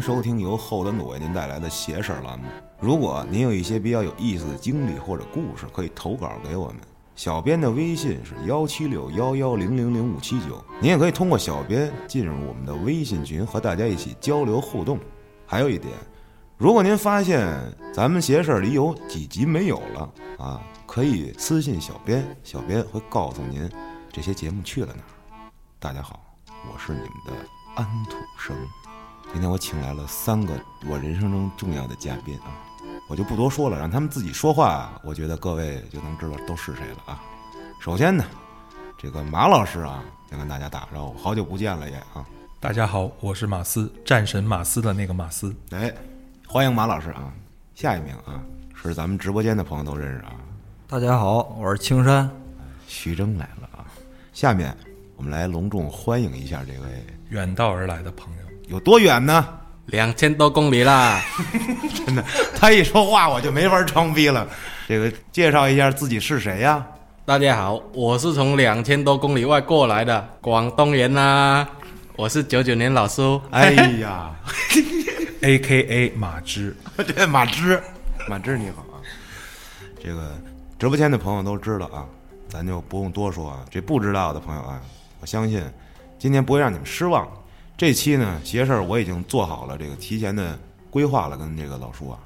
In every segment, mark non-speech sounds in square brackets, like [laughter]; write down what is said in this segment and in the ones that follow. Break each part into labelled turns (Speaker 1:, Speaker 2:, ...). Speaker 1: 收听由后端组为您带来的“邪事儿”栏目。如果您有一些比较有意思的经历或者故事，可以投稿给我们。小编的微信是幺七六幺幺零零零五七九，您也可以通过小编进入我们的微信群，和大家一起交流互动。还有一点，如果您发现咱们“邪事儿”里有几集没有了啊，可以私信小编，小编会告诉您这些节目去了哪儿。大家好，我是你们的安徒生。今天我请来了三个我人生中重要的嘉宾啊，我就不多说了，让他们自己说话，我觉得各位就能知道都是谁了啊。首先呢，这个马老师啊，先跟大家打个招呼，好久不见了也啊，
Speaker 2: 大家好，我是马斯，战神马斯的那个马斯。
Speaker 1: 哎，欢迎马老师啊。下一名啊，是咱们直播间的朋友都认识啊，
Speaker 3: 大家好，我是青山。
Speaker 1: 徐峥来了啊。下面我们来隆重欢迎一下这位，
Speaker 2: 远道而来的朋友，
Speaker 1: 有多远呢？ [laughs]
Speaker 4: 两千多公里啦，
Speaker 1: 真的，他一说话我就没法装逼了。这个介绍一下自己是谁呀、
Speaker 4: 大家好，我是从两千多公里外过来的广东人啦、我是九九年老苏，
Speaker 1: 哎呀，
Speaker 2: ，A K A 马之。
Speaker 1: [laughs] 这马芝，马芝你好啊！这个直播间的朋友都知道啊，咱就不用多说啊。这不知道的朋友啊，我相信今天不会让你们失望。这期呢，邪事儿我已经做好了这个提前的规划了，跟这个老叔啊，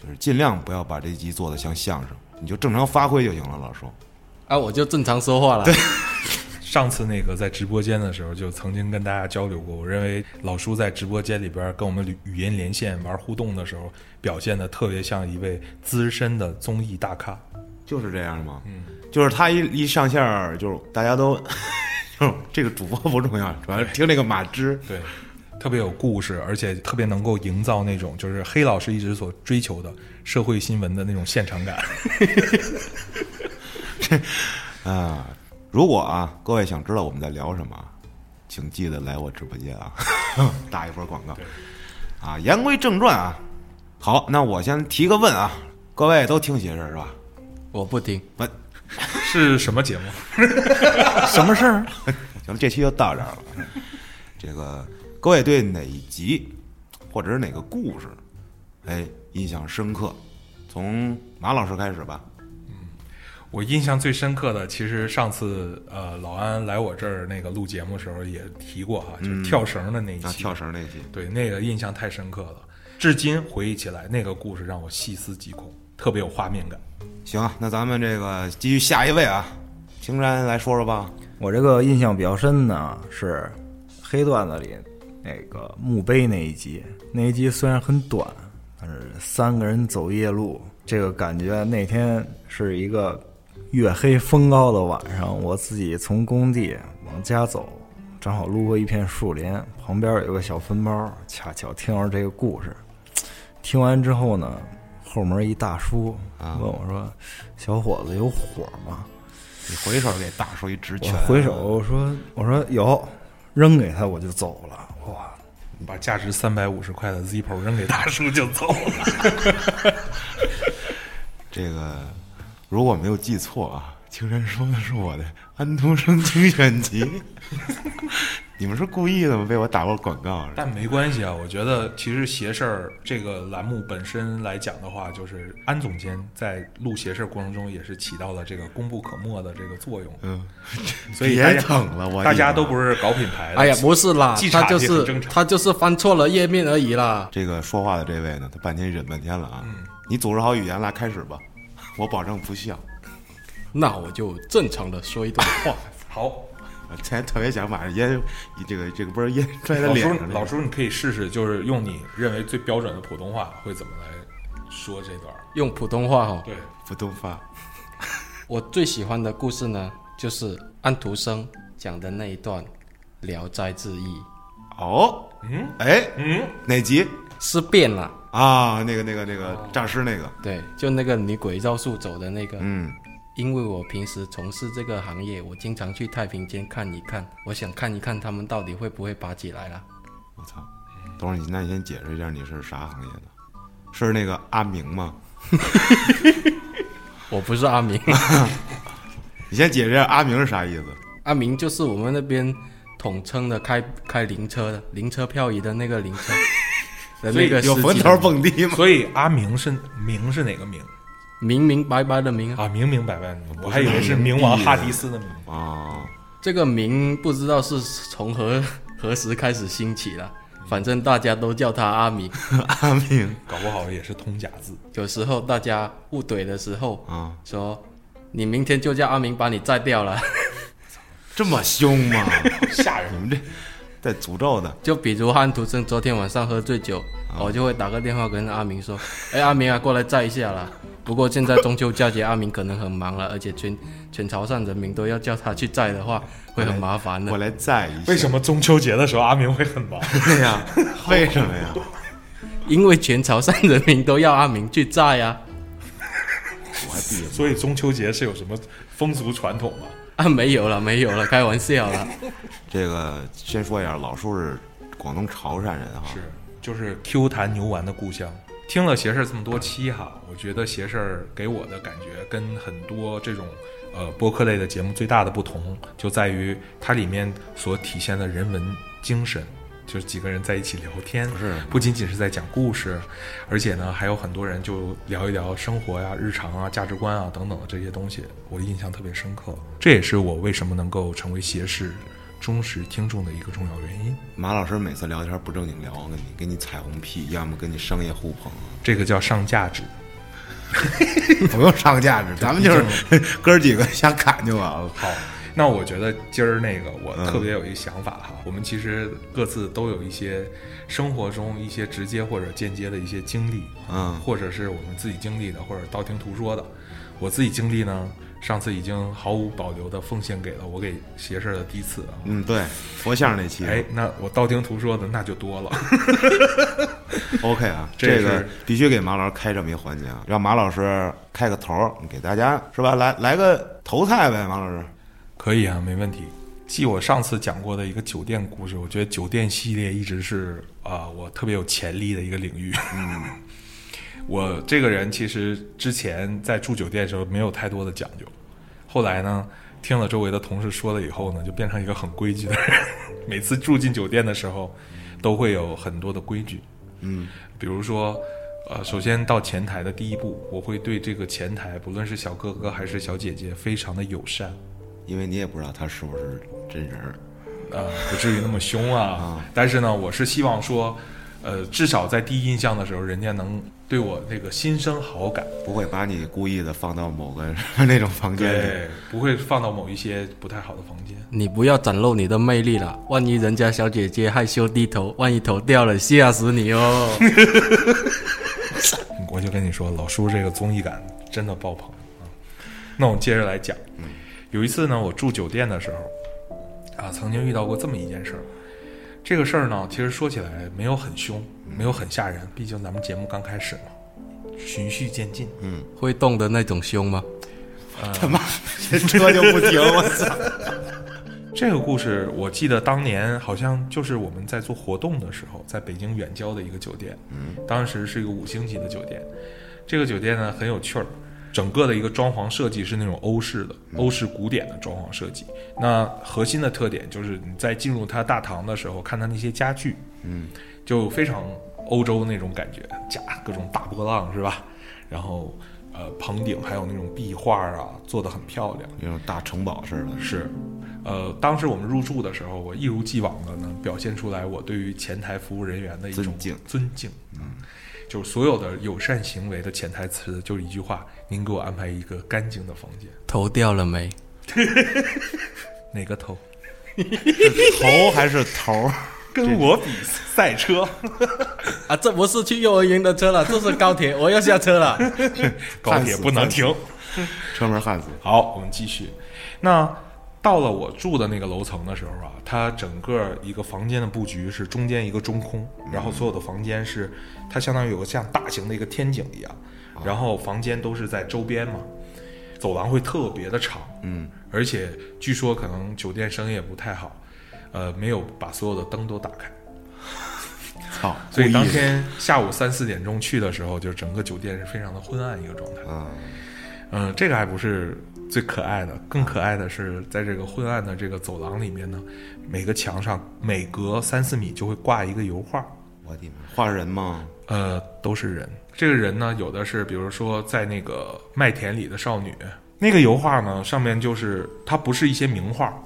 Speaker 1: 就是尽量不要把这集做的像相声，你就正常发挥就行了，老叔。
Speaker 4: 啊，我就正常说话了。
Speaker 2: 上次那个在直播间的时候，就曾经跟大家交流过，我认为老叔在直播间里边跟我们语音连线玩互动的时候，表现的特别像一位资深的综艺大咖。
Speaker 1: 就是这样吗？嗯，就是他一一上线儿，就是大家都， [laughs] 就是这个主播不重要，主要是听这个马芝。
Speaker 2: 对，特别有故事，而且特别能够营造那种就是黑老师一直所追求的社会新闻的那种现场感。
Speaker 1: 啊，如果啊，各位想知道我们在聊什么啊，请记得来我直播间啊， [laughs] 打一波广告。啊，言归正传啊，好，那我先提个问啊，各位都听邪事儿是吧？
Speaker 4: 我不听，
Speaker 1: 不，
Speaker 2: 是什么节目？
Speaker 3: 什么事儿？
Speaker 1: 行，这期就到这儿了。这个各位对哪一集或者是哪个故事，哎，印象深刻？从马老师开始吧。
Speaker 2: 我印象最深刻的，其实上次呃老安来我这儿那个录节目的时候也提过哈，就是跳绳的那一
Speaker 1: 啊，
Speaker 2: 期，
Speaker 1: 跳绳那期，
Speaker 2: 对那个印象太深刻了，至今回忆起来那个故事让我细思极恐，特别有画面感。
Speaker 1: 行啊，那咱们这个继续下一位啊，青山来说说吧。
Speaker 3: 我这个印象比较深呢，是黑段子里那个墓碑那一集。那一集虽然很短，但是三个人走夜路，这个感觉那天是一个月黑风高的晚上，我自己从工地往家走，正好路过一片树林，旁边有个小坟包，恰巧听到这个故事。 [laughs] 听完之后呢，后门一大叔问我说：“小伙子，有火吗？”
Speaker 1: 你回手给大叔一直拳
Speaker 3: 我，回手我说：“我说有，扔给他我就走了。”哇，
Speaker 2: 把价值三百五十块的 Zippo 扔给大叔就走了。
Speaker 1: 这个如果没有记错啊，青山说的是我的安徒生精选
Speaker 2: [laughs]
Speaker 1: 集。你们是故意的吗？被我打过广告是吧？
Speaker 2: [laughs] 但没关系啊，我觉得其实邪事儿这个栏目本身来讲的话，就是安总监在录邪事儿过程中也是起到了这个功不可没的这个作用。
Speaker 1: 嗯，
Speaker 2: 所以
Speaker 1: 别
Speaker 2: 大家
Speaker 1: 整了我
Speaker 2: 大家
Speaker 1: 一会儿
Speaker 2: 都不是搞品牌的。
Speaker 4: 哎呀，不是啦
Speaker 2: 记，差
Speaker 4: 他就
Speaker 2: 也很
Speaker 4: 是
Speaker 2: 正常
Speaker 4: 他就是翻错了页面而已啦。
Speaker 1: 这个说话的这位呢，他半天忍半天了啊。
Speaker 2: 嗯
Speaker 1: 你组织好语言了，开始吧，我保证不笑。
Speaker 4: 那我就正常的说一段 [laughs] 话。
Speaker 2: 好，
Speaker 1: 我现在特别想把这烟，这个这个不是烟拽在
Speaker 2: 老
Speaker 1: 脸
Speaker 2: 叔
Speaker 1: 上这，个。
Speaker 2: 老叔，你可以试试，就是用你认为最标准的普通话会怎么来说这段儿。
Speaker 4: 用普通话哦，
Speaker 2: 对，
Speaker 1: 不动发，
Speaker 4: 我最喜欢的故事呢，就是安徒生讲的那一段《聊斋志异》，
Speaker 1: 哦，
Speaker 2: 嗯
Speaker 1: 哎，
Speaker 2: 嗯，
Speaker 1: 哪集
Speaker 4: 是变了，
Speaker 1: 啊？那个那个那个诈尸那个，
Speaker 4: 对，就那个女鬼绕树走的那个，
Speaker 1: 嗯，
Speaker 4: 因为我平时从事这个行业，我经常去太平间看一看，我想看一看他们到底会不会拔起来啦。
Speaker 1: 我操！等会儿你那你先解释一下你是啥行业的？是那个阿明吗？
Speaker 4: 我不是阿
Speaker 1: [laughs]
Speaker 4: 明，
Speaker 1: 你先解释一下阿明是啥意思？
Speaker 4: 阿明就是
Speaker 1: [laughs]
Speaker 4: 我们那边统称的开开灵车的灵车漂移的那个灵车，的
Speaker 2: 所以
Speaker 4: 那个
Speaker 1: 有
Speaker 4: 司
Speaker 1: 坟
Speaker 4: 机
Speaker 1: 头蹦迪吗？
Speaker 2: 所以阿明是明是哪个明
Speaker 4: 明明白白的明啊，
Speaker 2: 啊？明明白白的明，我还以为是冥王哈迪斯的冥。
Speaker 1: [laughs] 啊，
Speaker 4: 这个明不知道是从何何时开始兴起了，反正大家都叫他阿明。
Speaker 1: [laughs] 阿明
Speaker 2: 搞不好也是通假字。
Speaker 4: 有时候大家互怼的时候，
Speaker 1: 啊，
Speaker 4: 说你明天就叫阿明把你载掉了。 [laughs]
Speaker 1: 这么凶吗？ [laughs]
Speaker 2: 吓人！
Speaker 1: 你们这带诅咒的
Speaker 4: 就比如汉图生昨天晚上喝醉酒，
Speaker 1: 哦
Speaker 4: 我就会打个电话跟阿明说：“哎，阿明啊，过来载一下啦。”不过现在中秋佳节，阿明可能很忙了，而且全全潮汕人民都要叫他去载的话，会很麻烦
Speaker 1: 过
Speaker 4: 的。
Speaker 1: 来载一下，
Speaker 2: 为什么中秋节的时候阿明会很忙？ [laughs]
Speaker 1: 么呀？ [laughs] 为什么呀？
Speaker 4: 因为全潮汕人民都要阿明去载啊，
Speaker 2: 所以中秋节是有什么风俗传统吗？
Speaker 4: 啊，没有了，没有了，开玩笑了。
Speaker 1: 这个先说一下，老叔是广东潮汕人哈，
Speaker 2: 是，就是 Q 弹牛丸的故乡。听了邪事儿这么多期哈，我觉得邪事儿给我的感觉跟很多这种呃播客类的节目最大的不同，就在于它里面所体现的人文精神，就是几个人在一起聊天，
Speaker 1: 是
Speaker 2: 不仅仅是在讲故事，而且呢还有很多人就聊一聊生活呀、日常啊、价值观啊等等的这些东西，我印象特别深刻。这也是我为什么能够成为邪视忠实听众的一个重要原因。
Speaker 1: 马老师每次聊天不正经聊，跟你给你彩虹屁，要么跟你商业互捧，啊
Speaker 2: 这个叫上价值。
Speaker 1: 不用上价值，咱们就是 [laughs] 哥儿几个瞎侃就完了。
Speaker 2: 好，那我觉得今儿那个我特别有一想法哈，我们其实各自都有一些生活中一些直接或者间接的一些经历，啊
Speaker 1: 嗯
Speaker 2: 或者是我们自己经历的，或者道听途说的。我自己经历呢，上次已经毫无保留的奉献给了我给邪事儿的第一次啊。
Speaker 1: 嗯，对，佛像那期、
Speaker 2: 哎，那我道听途说的那就多了。
Speaker 1: OK 啊，
Speaker 2: 这
Speaker 1: 这个
Speaker 2: 是
Speaker 1: 必须给马老师开这么一环节啊，让马老师开个头儿，给大家是吧？来来个头菜呗，马老师。
Speaker 2: 可以啊，没问题。记我上次讲过的一个酒店故事，我觉得酒店系列一直是啊、我特别有潜力的一个领域。嗯， [laughs] 我这个人其实之前在住酒店的时候没有太多的讲究，后来呢，听了周围的同事说了以后呢，就变成一个很规矩的人。 [laughs] 每次住进酒店的时候，都会有很多的规矩。
Speaker 1: 嗯，
Speaker 2: 比如说，呃，首先到前台的第一步，我会对这个前台，不论是小哥哥还是小姐姐，非常的友善。
Speaker 1: 因为你也不知道他是不是真人儿，
Speaker 2: 呃，不至于那么凶啊。但是呢，我是希望说，呃，至少在第一印象的时候，人家能对我那个心生好感，
Speaker 1: 不会把你故意的放到某个 [laughs] 那种房间里。
Speaker 2: 对，不会放到某一些不太好的房间。
Speaker 4: 你不要展露你的魅力了，万一人家小姐姐害羞低头，万一头掉了，吓死你哦！
Speaker 2: 我就跟你说，老叔这个综艺感真的爆棚啊！那我们接着来讲，有一次呢，我住酒店的时候，啊，曾经遇到过这么一件事儿。这个事儿呢，其实说起来没有很凶，没有很吓人，毕竟咱们节目刚开始嘛，循序渐进。
Speaker 4: 会动的那种凶吗？
Speaker 1: 他妈，这车就不停，我
Speaker 2: [laughs]
Speaker 1: 操！
Speaker 2: 这个故事我记得当年好像就是我们在做活动的时候，在北京远郊的一个酒店，嗯，当时是一个五星级的酒店。这个酒店呢很有趣儿，整个的一个装潢设计是那种欧式的、欧式古典的装潢设计。那核心的特点就是你在进入它大堂的时候，看它那些家具，
Speaker 1: 嗯，
Speaker 2: 就非常欧洲那种感觉，加各种大波浪是吧？然后呃棚顶还有那种壁画啊，做得很漂亮。
Speaker 1: 那种大城堡似的。
Speaker 2: 是，呃，当时我们入住的时候，我一如既往的呢，表现出来我对于前台服务人员的一种
Speaker 1: 尊敬
Speaker 2: 尊敬，嗯，就是所有的友善行为的潜台词就是一句话：您给我安排一个干净的房间。
Speaker 4: 头掉了没？
Speaker 2: 哪个头？
Speaker 1: 头还是头儿？
Speaker 2: 跟我比赛车，
Speaker 4: 啊，这不是去幼儿园的车了，这是高铁，我要下车了。
Speaker 2: 高铁不能
Speaker 1: 焊死
Speaker 2: 停。
Speaker 1: 车门焊死。
Speaker 2: 好，我们继续。那到了我住的那个楼层的时候啊，它整个一个房间的布局是中间一个中空，然后所有的房间是它相当于有个像大型的一个天井一样，
Speaker 1: 啊
Speaker 2: 然后房间都是在周边嘛，走廊会特别的长，
Speaker 1: 嗯，
Speaker 2: 而且据说可能酒店生意也不太好，呃，没有把所有的灯都打开。
Speaker 1: 操！
Speaker 2: 所以当
Speaker 1: 故意的
Speaker 2: 天下午三四点钟去的时候，就是整个酒店是非常的昏暗一个状态。
Speaker 1: 啊，
Speaker 2: 嗯，这个还不是最可爱的，更可爱的是在这个昏暗的这个走廊里面呢，每个墙上每隔三四米就会挂一个油画，
Speaker 1: 我的妈，画人吗？
Speaker 2: 呃，都是人。这个人呢，有的是，比如说在那个麦田里的少女，那个油画呢，上面就是它不是一些名画，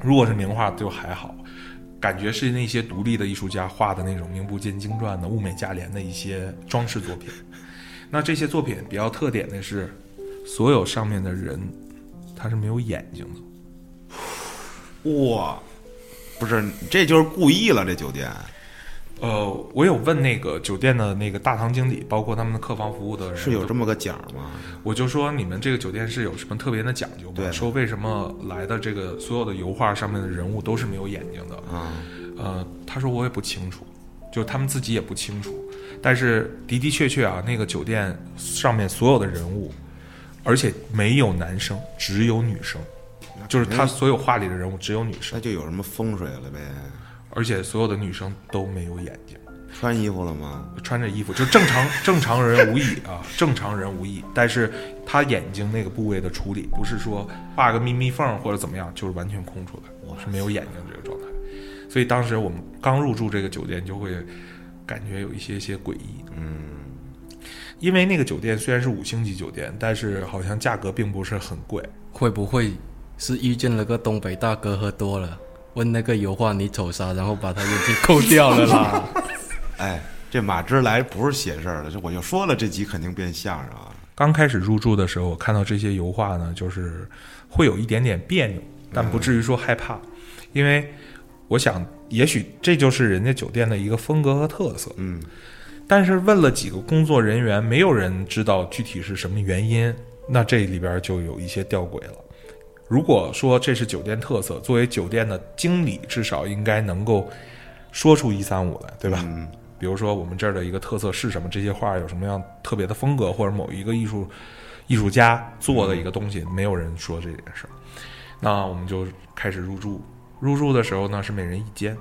Speaker 2: 如果是名画就还好，感觉是那些独立的艺术家画的那种名不见经传的物美价廉的一些装饰作品。那这些作品比较特点的是，所有上面的人他是没有眼睛的。
Speaker 1: 哇，不是，这就是故意了，这酒店。
Speaker 2: 呃，我有问那个酒店的那个大堂经理，包括他们的客房服务的人，
Speaker 1: 是有这么个奖吗？
Speaker 2: 我就说你们这个酒店是有什么特别的讲究吗？
Speaker 1: 对
Speaker 2: 说为什么来的这个所有的油画上面的人物都是没有眼睛的？
Speaker 1: 啊，
Speaker 2: 呃，他说我也不清楚，就他们自己也不清楚。但是的的确确啊，那个酒店上面所有的人物，而且没有男生，只有女生，就是他所有画里的人物只有女生，
Speaker 1: 那就有什么风水了呗？
Speaker 2: 而且所有的女生都没有眼睛。
Speaker 1: 穿衣服了吗？
Speaker 2: 穿着衣服，就正常 [laughs] 正常人无异啊，正常人无异。但是他眼睛那个部位的处理，不是说画个眯眯缝或者怎么样，就是完全空出来，是没有眼睛这个状态。所以当时我们刚入住这个酒店，就会感觉有一些些诡异。嗯，因为那个酒店虽然是五星级酒店，但是好像价格并不是很贵。
Speaker 4: 会不会是遇见了个东北大哥喝多了，问那个油画你瞅啥，然后把他眼睛抠掉了啦？
Speaker 1: 哎，这马芝来不是邪事儿了，这我就说了，这集肯定变相声啊。
Speaker 2: 刚开始入住的时候，我看到这些油画呢，就是会有一点点别扭，但不至于说害怕，因为我想，也许这就是人家酒店的一个风格和特色。
Speaker 1: 嗯，
Speaker 2: 但是问了几个工作人员，没有人知道具体是什么原因，那这里边就有一些吊诡了。如果说这是酒店特色，作为酒店的经理，至少应该能够说出一三五来，对吧？
Speaker 1: 嗯
Speaker 2: 比如说我们这儿的一个特色是什么，这些画有什么样特别的风格，或者某一个艺术艺术家做的一个东西，没有人说这件事儿。那我们就开始入住，入住的时候呢是每人一间，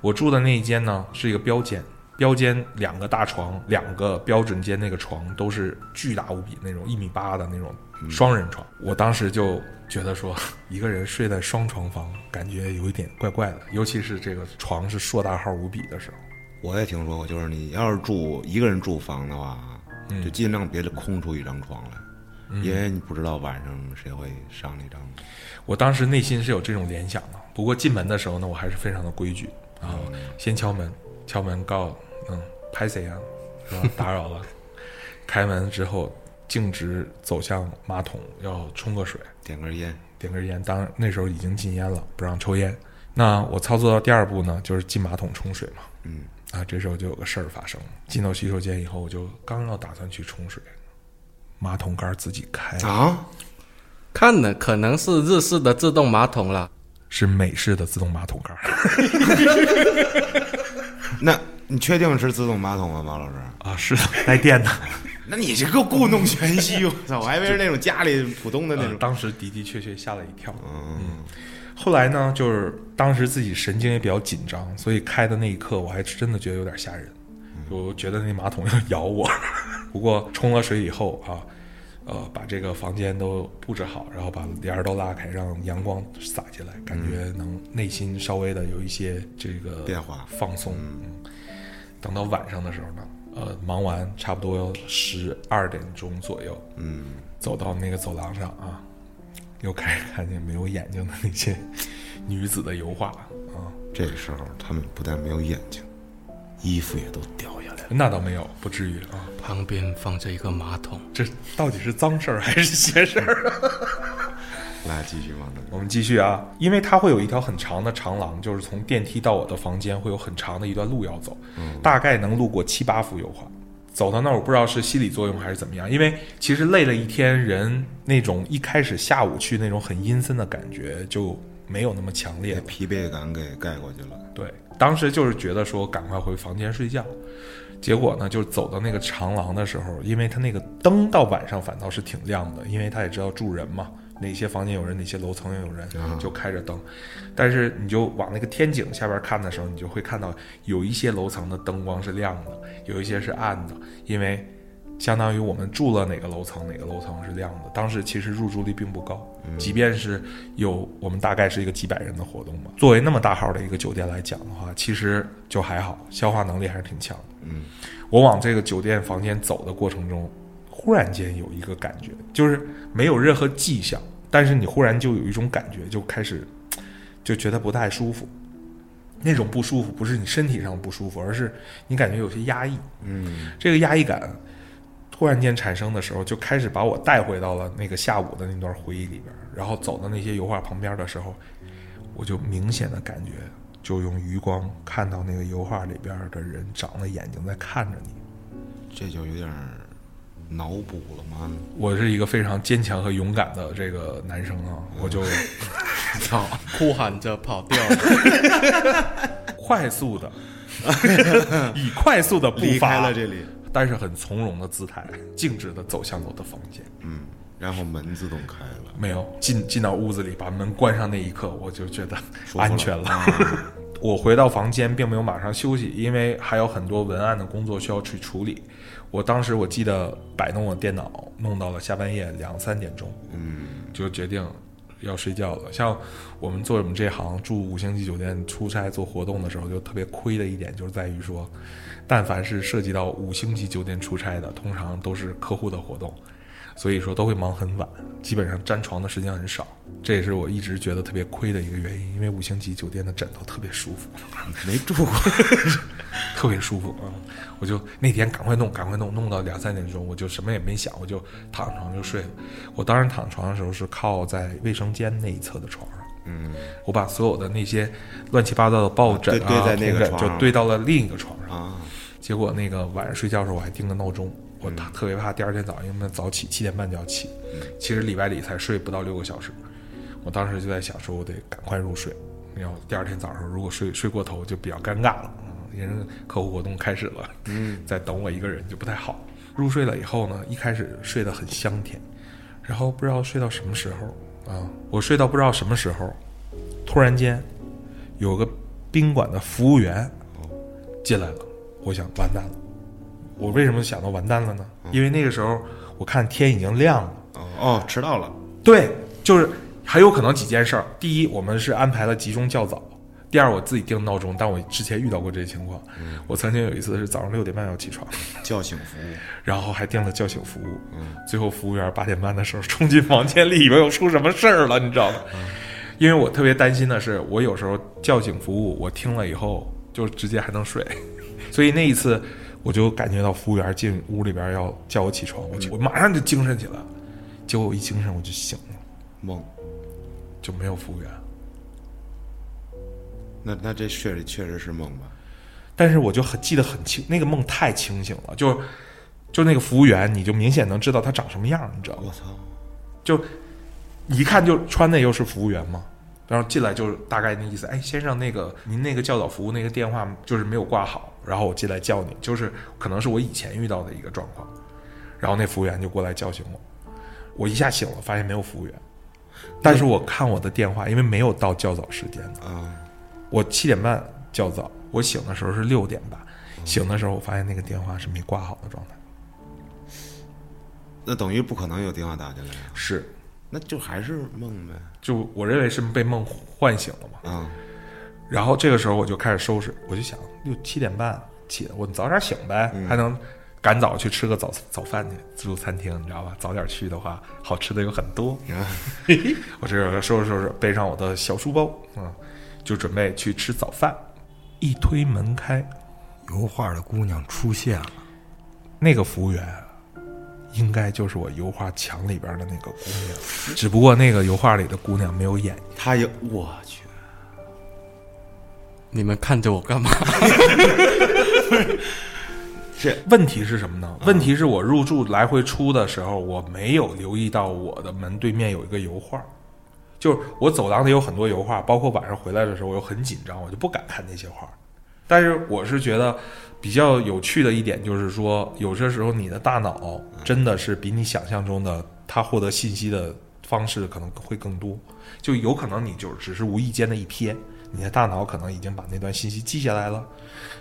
Speaker 2: 我住的那一间呢是一个标间。标间两个大床，两个标准间那个床都是巨大无比那种一米八的那种双人床。我当时就觉得说，一个人睡在双床房，感觉有一点怪怪的，尤其是这个床是硕大号无比的时候。
Speaker 1: 我也听说过，就是你要是住一个人住房的话，就尽量别空出一张床来，因为你不知道晚上谁会上那张。
Speaker 2: 我当时内心是有这种联想的，不过进门的时候呢，我还是非常的规矩啊，先敲门，敲门告，嗯，拍谁啊，是吧？打 [laughs] 扰了。开门之后，径直走向马桶，要冲个水，
Speaker 1: 点根烟，
Speaker 2: 点根烟。当然那时候已经禁烟了，不让抽烟。那我操作到第二步呢，就是进马桶冲水嘛。
Speaker 1: 嗯，
Speaker 2: 啊，这时候就有个事儿发生了。进到洗手间以后，我就刚要打算去冲水，马桶盖儿自己开了，
Speaker 1: 啊，
Speaker 4: 看了可能是日式的自动马桶啦，
Speaker 2: 是美式的自动马桶盖儿。
Speaker 1: 那你确定是自动马桶吗，马老师？
Speaker 2: 啊，是的，带电的。
Speaker 1: 那你这个故弄玄虚，我操！ [laughs] 我还以为是那种家里普通的那
Speaker 2: 呃
Speaker 1: 种。
Speaker 2: 当时的的确确吓了一跳。嗯，后来呢，就是当时自己神经也比较紧张，所以开的那一刻，我还真的觉得有点吓人，
Speaker 1: 嗯
Speaker 2: 我觉得那马桶要 [laughs] 咬我。不过冲了水以后啊，呃，把这个房间都布置好，然后把帘儿都拉开，让阳光洒进来，感觉能内心稍微的有一些这个
Speaker 1: 嗯变化
Speaker 2: 放松。嗯，等到晚上的时候呢。呃，忙完差不多十二点钟左右，
Speaker 1: 嗯，
Speaker 2: 走到那个走廊上啊，又开始看见没有眼睛的那些 [laughs] 女子的油画啊，
Speaker 1: 这个时候他们不但没有眼睛，衣服也都掉下来了。
Speaker 2: 那倒没有，不至于啊。
Speaker 4: 旁边放着一个马桶。
Speaker 2: 这到底是脏事儿还是邪事儿？
Speaker 1: 来，继续往那
Speaker 2: [laughs] 我们继续啊，因为它会有一条很长的长廊，就是从电梯到我的房间会有很长的一段路要走，大概能路过七八幅油画。走到那儿，我不知道是心理作用还是怎么样，因为其实累了一天，人那种一开始下午去那种很阴森的感觉就没有那么强烈
Speaker 1: 给
Speaker 2: 了。
Speaker 1: 疲惫感给盖过去了。
Speaker 2: 对，当时就是觉得说赶快回房间睡觉，结果呢，就是走到那个长廊的时候，因为它那个灯到晚上反倒是挺亮的，因为他也知道住人嘛，哪些房间有人，哪些楼层有人，就开着灯。但是你就往那个天井下边看的时候，你就会看到有一些楼层的灯光是亮的，有一些是暗的，因为相当于我们住了哪个楼层，哪个楼层是这样的。当时其实入住率并不高，
Speaker 1: 嗯
Speaker 2: 即便是有我们大概是一个几百人的活动嘛，作为那么大号的一个酒店来讲的话，其实就还好，消化能力还是挺强的。
Speaker 1: 嗯，
Speaker 2: 我往这个酒店房间走的过程中，忽然间有一个感觉，就是没有任何迹象，但是你忽然就有一种感觉，就开始就觉得不太舒服。那种不舒服不是你身体上不舒服，而是你感觉有些压抑。
Speaker 1: 嗯，
Speaker 2: 这个压抑感突然间产生的时候，就开始把我带回到了那个下午的那段回忆里边儿。然后走到那些油画旁边的时候，我就明显的感觉，就用余光看到那个油画里边儿的人长了眼睛在看着你。
Speaker 1: 这就有点儿脑补了嘛。
Speaker 2: 我是一个非常坚强和勇敢的这个男生啊，我就 [laughs]
Speaker 4: 操，哭喊着跑掉了。
Speaker 2: 快速的， [laughs] 以快速的步
Speaker 1: 离开
Speaker 2: 伐
Speaker 1: 了这里，
Speaker 2: 但是很从容的姿态，径直的走向了我的房间。
Speaker 1: 嗯，然后门自动开了，
Speaker 2: 没有进进到屋子里，把门关上那一刻，我就觉得
Speaker 1: 舒服
Speaker 2: 安
Speaker 1: [laughs]
Speaker 2: 全了。
Speaker 1: 啊
Speaker 2: 我回到房间，并没有马上休息，因为还有很多文案的工作需要去处理。我当时我记得摆弄我电脑，弄到了下半夜两三点钟，
Speaker 1: 嗯，
Speaker 2: 就决定要睡觉了。像我们做我们这行住五星级酒店出差做活动的时候，就特别亏的一点就是在于说，但凡是涉及到五星级酒店出差的，通常都是客户的活动，所以说都会忙很晚，基本上沾床的时间很少。这也是我一直觉得特别亏的一个原因，因为五星级酒店的枕头特别舒服，
Speaker 1: [laughs] 没住过，
Speaker 2: [laughs] 特别舒服啊、我就那天赶快弄，赶快弄，弄到两三点钟，我就什么也没想，我就躺床就睡了。我当时躺床的时候是靠在卫生间那一侧的床上。
Speaker 1: 嗯，
Speaker 2: 我把所有的那些乱七八糟的抱枕啊、
Speaker 1: 啊对对在那个
Speaker 2: 同枕
Speaker 1: 床上
Speaker 2: 就堆到了另一个床上。
Speaker 1: 啊，
Speaker 2: 结果那个晚上睡觉的时候，我还定个闹钟，我特特别怕第二天早上，因为早起七点半就要起，其实里外里才睡不到六个小时。我当时就在想，说我得赶快入睡，要第二天早上如果睡睡过头就比较尴尬了，嗯，因为客户活动开始了，嗯，再等我一个人就不太好。入睡了以后呢，一开始睡得很香甜，然后不知道睡到什么时候啊，我睡到不知道什么时候，突然间有个宾馆的服务员进来了，我想完蛋了。我为什么想到完蛋了呢？因为那个时候我看天已经亮了。
Speaker 1: 哦哦，迟到了，
Speaker 2: 对，就是还有可能几件事儿。第一，我们是安排了集中较早；第二，我自己定闹钟，但我之前遇到过这些情况。我曾经有一次是早上六点半要起床，
Speaker 1: 叫醒服务，
Speaker 2: 然后还订了叫醒服务。最后服务员八点半的时候冲进房间里，以为我出什么事儿了，你知道吗？因为我特别担心的是，我有时候叫醒服务，我听了以后就直接还能睡， [laughs] 所以那一次我就感觉到服务员进屋里边要叫我起床，我就我马上就精神起来了，结果我一精神我就醒了。
Speaker 1: 梦。
Speaker 2: 就没有服务员。
Speaker 1: 那那这确实确实是梦吧？
Speaker 2: 但是我就很记得很清，那个梦太清醒了，就就那个服务员，你就明显能知道他长什么样，你知道吗
Speaker 1: 我？操，
Speaker 2: 就一看就穿的又是服务员嘛，然后进来就是大概那意思，哎，先生，那个您那个教导服务那个电话就是没有挂好，然后我进来叫你，就是可能是我以前遇到的一个状况，然后那服务员就过来叫醒我，我一下醒了，发现没有服务员，但是我看我的电话，因为没有到较早时间，
Speaker 1: 啊，
Speaker 2: 我七点半较早，我醒的时候是六点半，醒的时候我发现那个电话是没挂好的状态。
Speaker 1: 那等于不可能有电话打进来啊，
Speaker 2: 是，
Speaker 1: 那就还是梦呗。
Speaker 2: 就我认为是被梦唤醒了嘛。
Speaker 1: 啊，
Speaker 2: 然后这个时候我就开始收拾，我就想六七点半起的，我早点醒呗，还能赶早去吃个早早饭去自助餐厅，你知道吧？早点去的话，好吃的有很多。 [laughs] 我这个收拾收拾，背上我的小书包，嗯，就准备去吃早饭。一推门开，
Speaker 3: 油画的姑娘出现了，
Speaker 2: 那个服务员应该就是我油画墙里边的那个姑娘，只不过那个油画里的姑娘没有眼睛。
Speaker 1: 他有我去，
Speaker 4: 你们看着我干嘛？
Speaker 2: 问题是什么呢？问题是我入住来回出的时候，我没有留意到我的门对面有一个油画，就是我走廊里有很多油画，包括晚上回来的时候，我又很紧张，我就不敢看那些画。但是我是觉得比较有趣的一点就是说，有些时候你的大脑真的是比你想象中的，它获得信息的方式可能会更多，就有可能你就只是无意间的一瞥，你的大脑可能已经把那段信息记下来了，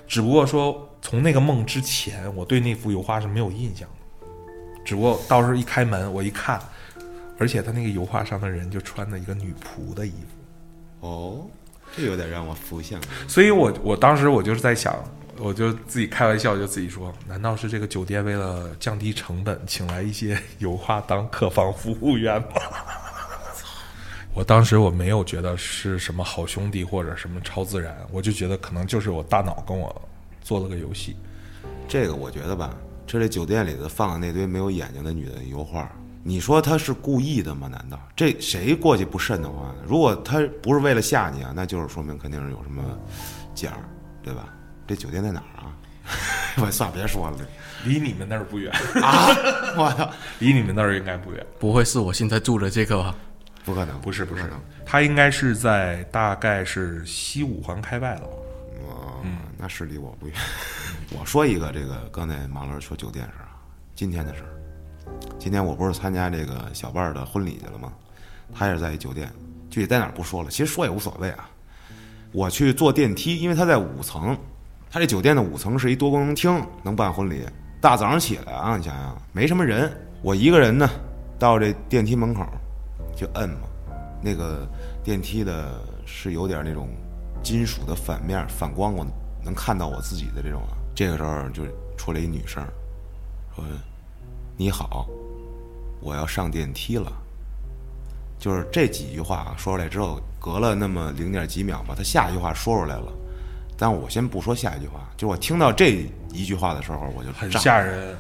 Speaker 2: 只不过说从那个梦之前，我对那幅油画是没有印象的。只不过到时候一开门，我一看，而且他那个油画上的人就穿的一个女仆的衣服。
Speaker 1: 哦，这有点让我浮现了。
Speaker 2: 所以我我当时我就是在想，我就自己开玩笑，就自己说，难道是这个酒店为了降低成本，请来一些 [laughs] 油画当客房服务员吗？ [laughs] 我当时我没有觉得是什么好兄弟或者什么超自然，我就觉得可能就是我大脑跟我做了个游戏。
Speaker 1: 这个我觉得吧，这类酒店里头放的那堆没有眼睛的女的油画，你说她是故意的吗？难道这谁过去不瘆得慌呢？啊如果她不是为了吓你啊，那就是说明肯定是有什么假儿，对吧？这酒店在哪儿啊？ [laughs] 我算了别说了，
Speaker 2: 离你们那儿不远，
Speaker 1: 我操，
Speaker 2: 离你们那儿应该不远。
Speaker 4: 不会是我现在住的啊这个吧？
Speaker 1: 不可能，
Speaker 2: 不是不是
Speaker 1: 可能，
Speaker 2: 嗯它应该是在大概是西五环开外了吧。
Speaker 1: 哦，那是离我不远。 [laughs] 我说一个这个刚才马老师说酒店事儿啊，今天的事儿。今天我不是参加这个小伴儿的婚礼去了吗？他也是在一酒店，具体在哪儿不说了，其实说也无所谓啊。我去坐电梯，因为他在五层，他这酒店的五层是一多功能厅，能办婚礼。大早上起来啊，你想想没什么人，我一个人呢，到这电梯门口就摁嘛，那个电梯的是有点那种金属的反面反光，我能看到我自己的这种啊。这个时候就出来一女生，说：“你好，我要上电梯了。”就是这几句话啊说出来之后，隔了那么零点几秒吧，他下一句话说出来了，但我先不说下一句话，就我听到这一句话的时候，我就
Speaker 2: 很
Speaker 1: 炸
Speaker 2: 吓
Speaker 1: 了，
Speaker 2: 人。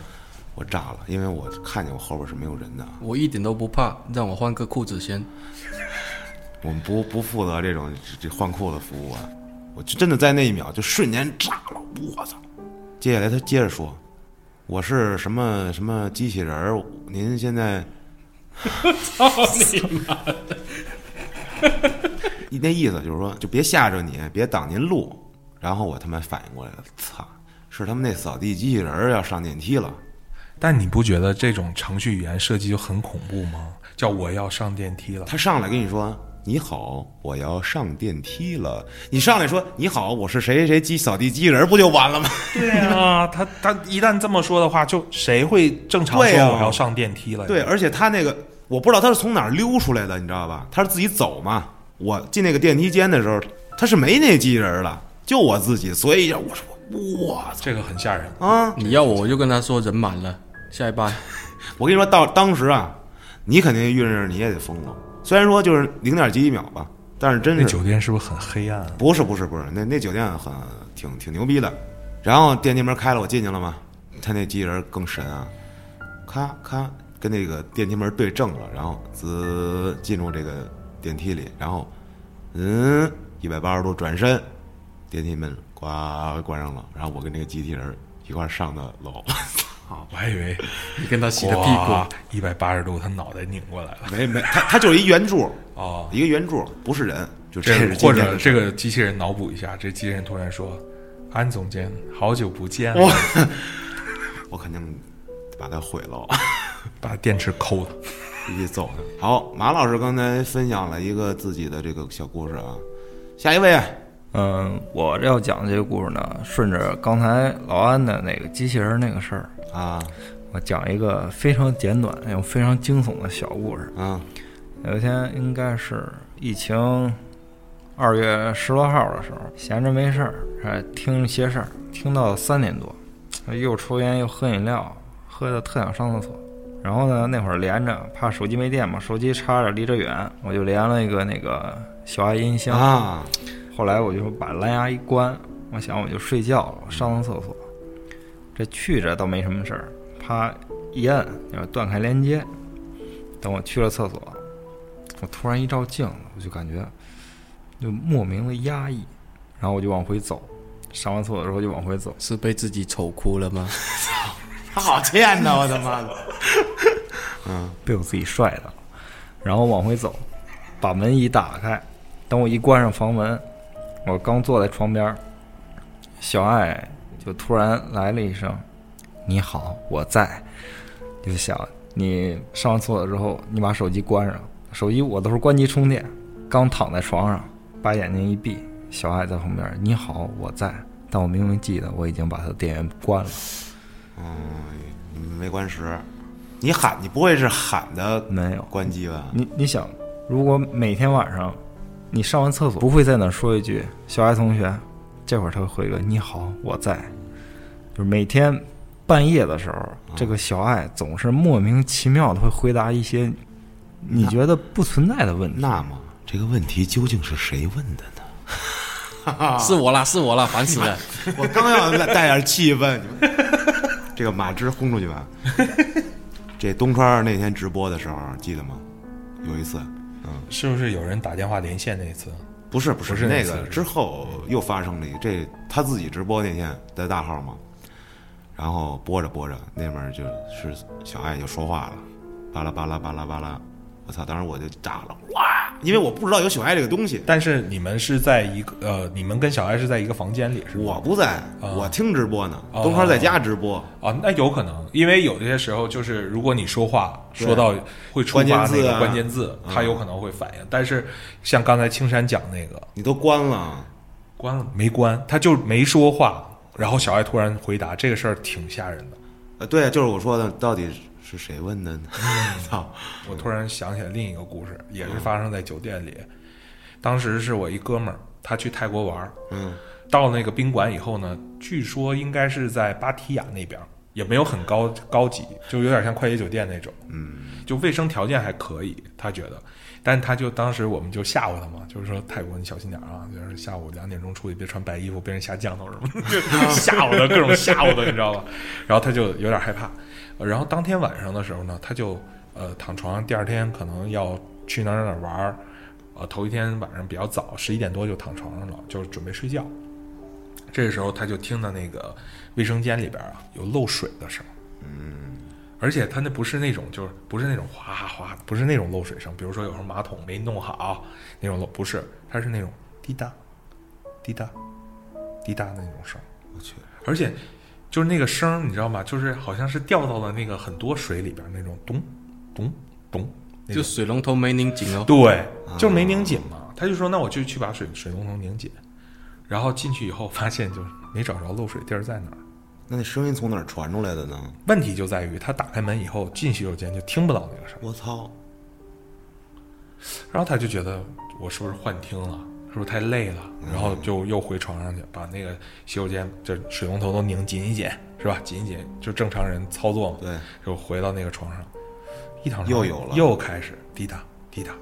Speaker 1: 我炸了，因为我看见我后边是没有人的啊。
Speaker 4: 我一点都不怕，让我换个裤子先。
Speaker 1: 我们不不负责这种这这换裤子服务啊！我就真的在那一秒就瞬间炸了，我操！接下来他接着说：“我是什么什么机器人儿？您现在
Speaker 2: 操你妈！
Speaker 1: [laughs] 那意思就是说，就别吓着你，别挡您路。”然后我他妈反应过来了，操，是他们那扫地机器人儿要上电梯了。
Speaker 2: 但你不觉得这种程序语言设计就很恐怖吗？叫我要上电梯了，
Speaker 1: 他上来跟你说：“你好，我要上电梯了。”你上来说：“你好，我是谁谁谁机扫地机器人儿，不就完了吗？”
Speaker 2: 对啊，他他一旦这么说的话，就谁会正常说
Speaker 1: 对啊
Speaker 2: 我要上电梯了呀？
Speaker 1: 对，而且他那个我不知道他是从哪儿溜出来的，你知道吧？他是自己走嘛。我进那个电梯间的时候，他是没那机器人了，就我自己，所以我说我操
Speaker 2: 这个很吓人。
Speaker 1: 啊！
Speaker 4: 你要我，我就跟他说人满了，下一班。
Speaker 1: 我跟你说到当时啊，你肯定遇着你也得疯了。虽然说就是零点几秒吧，但是真
Speaker 2: 那
Speaker 1: 是
Speaker 2: 酒店是不是很黑暗啊？
Speaker 1: 不是不是不是，那那酒店很挺挺牛逼的。然后电梯门开了，我进去了吗？他那机器人更神啊，咔咔跟那个电梯门对正了，然后滋进入这个电梯里，然后嗯一百八十度转身，电梯门呱关上了，然后我跟那个机器人一块儿上的楼，
Speaker 2: 我还以为
Speaker 4: 你跟他洗个屁股，
Speaker 2: 股一百八十度，他脑袋拧过来了。
Speaker 1: [laughs] 没没，他他就是一圆柱，
Speaker 2: 哦，
Speaker 1: 一个圆柱，不是人，就这
Speaker 2: 这
Speaker 1: 是
Speaker 2: 或
Speaker 1: 今天
Speaker 2: 者
Speaker 1: 的
Speaker 2: 这个机器人脑补一下，这机器人突然说：“安总监，好久不见了
Speaker 1: 哇，我肯定把它毁了。
Speaker 2: 把电池抠了。
Speaker 1: 必须揍他。好，马老师刚才分享了一个自己的这个小故事啊，下一位
Speaker 3: 嗯，我这要讲的这个故事呢，顺着刚才老安的那个机器人那个事儿，
Speaker 1: 啊，
Speaker 3: 我讲一个非常简短又非常惊悚的小故事。
Speaker 1: 嗯
Speaker 3: 有一天应该是疫情二月十多号的时候，闲着没事儿，还听一些事儿，听到三点多，又抽烟又喝饮料，喝的特想上厕所。然后呢，那会儿连着，怕手机没电嘛，手机插着离着远，我就连了一个那个小爱音箱。
Speaker 1: 啊，
Speaker 3: 后来我就把蓝牙一关，我想我就睡觉了，我上趟厕所。这去着倒没什么事儿，啪一摁，然后断开连接。等我去了厕所，我突然一照镜子，我就感觉就莫名的压抑，然后我就往回走。上完厕所之后就往回走，
Speaker 4: 是被自己丑哭了吗？
Speaker 1: 他好欠呐，我的妈的，
Speaker 3: 被我自己帅到了，然后往回走，把门一打开，等我一关上房门，我刚坐在床边儿，小爱就突然来了一声：“你好，我在。”就想你上完厕所之后，你把手机关上，手机我都是关机充电，刚躺在床上，把眼睛一闭，小爱在旁边：“你好，我在。”但我明明记得我已经把它的电源关了。
Speaker 1: 嗯，没关实，你喊你不会是喊的
Speaker 3: 没有。
Speaker 1: 关机吧？
Speaker 3: 你你想，如果每天晚上你上完厕所，不会在那说一句“小爱同学”，这会儿他会回个“你好，我在”，就是每天半夜的时候，这个小爱总是莫名其妙的会回答一些你觉得不存在的问题。
Speaker 1: 那么这个问题究竟是谁问的呢？
Speaker 4: 是我啦，是我啦，烦死 [laughs] 了！
Speaker 1: [laughs] 我刚要带点气氛，你们 [laughs] 这个马芝轰出去 [laughs] 吧。这东川那天直播的时候，记得吗？有一次，
Speaker 2: 是不是有人打电话连线那一次？
Speaker 1: 不是不是
Speaker 2: 不是那
Speaker 1: 那
Speaker 2: 次
Speaker 1: 个
Speaker 2: 是
Speaker 1: 之后又发生了一这他自己直播那天在大号嘛，然后播着播着那边就是小爱就说话了，巴拉巴拉巴拉巴拉，我操！当时我就炸了，哇！因为我不知道有小爱这个东西，
Speaker 2: 但是你们是在一个呃，你们跟小爱是在一个房间里是
Speaker 1: 我
Speaker 2: 吗？
Speaker 1: 不在，
Speaker 2: 啊
Speaker 1: 我听直播呢，
Speaker 2: 哦
Speaker 1: 东川在家直播，
Speaker 2: 啊，那有可能，因为有些时候就是如果你说话
Speaker 1: 对
Speaker 2: 说到会触
Speaker 1: 关
Speaker 2: 发
Speaker 1: 键字
Speaker 2: 那
Speaker 1: 啊
Speaker 2: 个关键字，嗯它有可能会反应。但是像刚才青山讲那个
Speaker 1: 你都关了，
Speaker 2: 关了没关，他就没说话，然后小爱突然回答，这个事儿挺吓人的。
Speaker 1: 呃，对，就是我说的，到底是谁问的呢？ [laughs] 操！
Speaker 2: 我突然想起来另一个故事，也是发生在酒店里。当时是我一哥们儿，他去泰国玩儿，
Speaker 1: 嗯，
Speaker 2: 到那个宾馆以后呢，据说应该是在芭提雅那边儿，也没有很高高级，就有点像快捷酒店那种。
Speaker 1: 嗯，
Speaker 2: 就卫生条件还可以，他觉得，但他就当时我们就吓唬他嘛，就是说泰国你小心点啊，就是下午两点钟出去别穿白衣服，别人下降头什么的，就 [laughs] 吓唬他，各种吓唬他，你知道吧？ [laughs] 然后他就有点害怕，呃然后当天晚上的时候呢，他就呃躺床上，第二天可能要去哪儿哪儿哪儿玩儿，呃头一天晚上比较早，十一点多就躺床上了，就是准备睡觉。这时候他就听到那个卫生间里边啊有漏水的声，而且它那不是那种，就是不是那种哗哗，不是那种漏水声，比如说有时候马桶没弄好那种漏，不是，它是那种滴答、滴答、滴答的那种声，
Speaker 1: 我去，
Speaker 2: 而且就是那个声儿，你知道吗？就是好像是掉到了那个很多水里边那种咚咚咚，那
Speaker 4: 就
Speaker 2: 种
Speaker 4: 水龙头没拧紧哦，
Speaker 2: 对，就是没拧紧嘛。他就说那我就去把水水龙头拧紧，然后进去以后发现就是没找着漏水地儿在哪儿。
Speaker 1: 那那声音从哪儿传出来的呢？
Speaker 2: 问题就在于他打开门以后进洗手间就听不到那个声儿。
Speaker 1: 我操！
Speaker 2: 然后他就觉得我是不是幻听了，是不是太累了？然后就又回床上去，把那个洗手间这水龙头都拧紧一紧，是吧？紧一紧，就正常人操作嘛。
Speaker 1: 对，
Speaker 2: 就回到那个床上，一躺
Speaker 1: 又有了
Speaker 2: 又开始滴答滴答，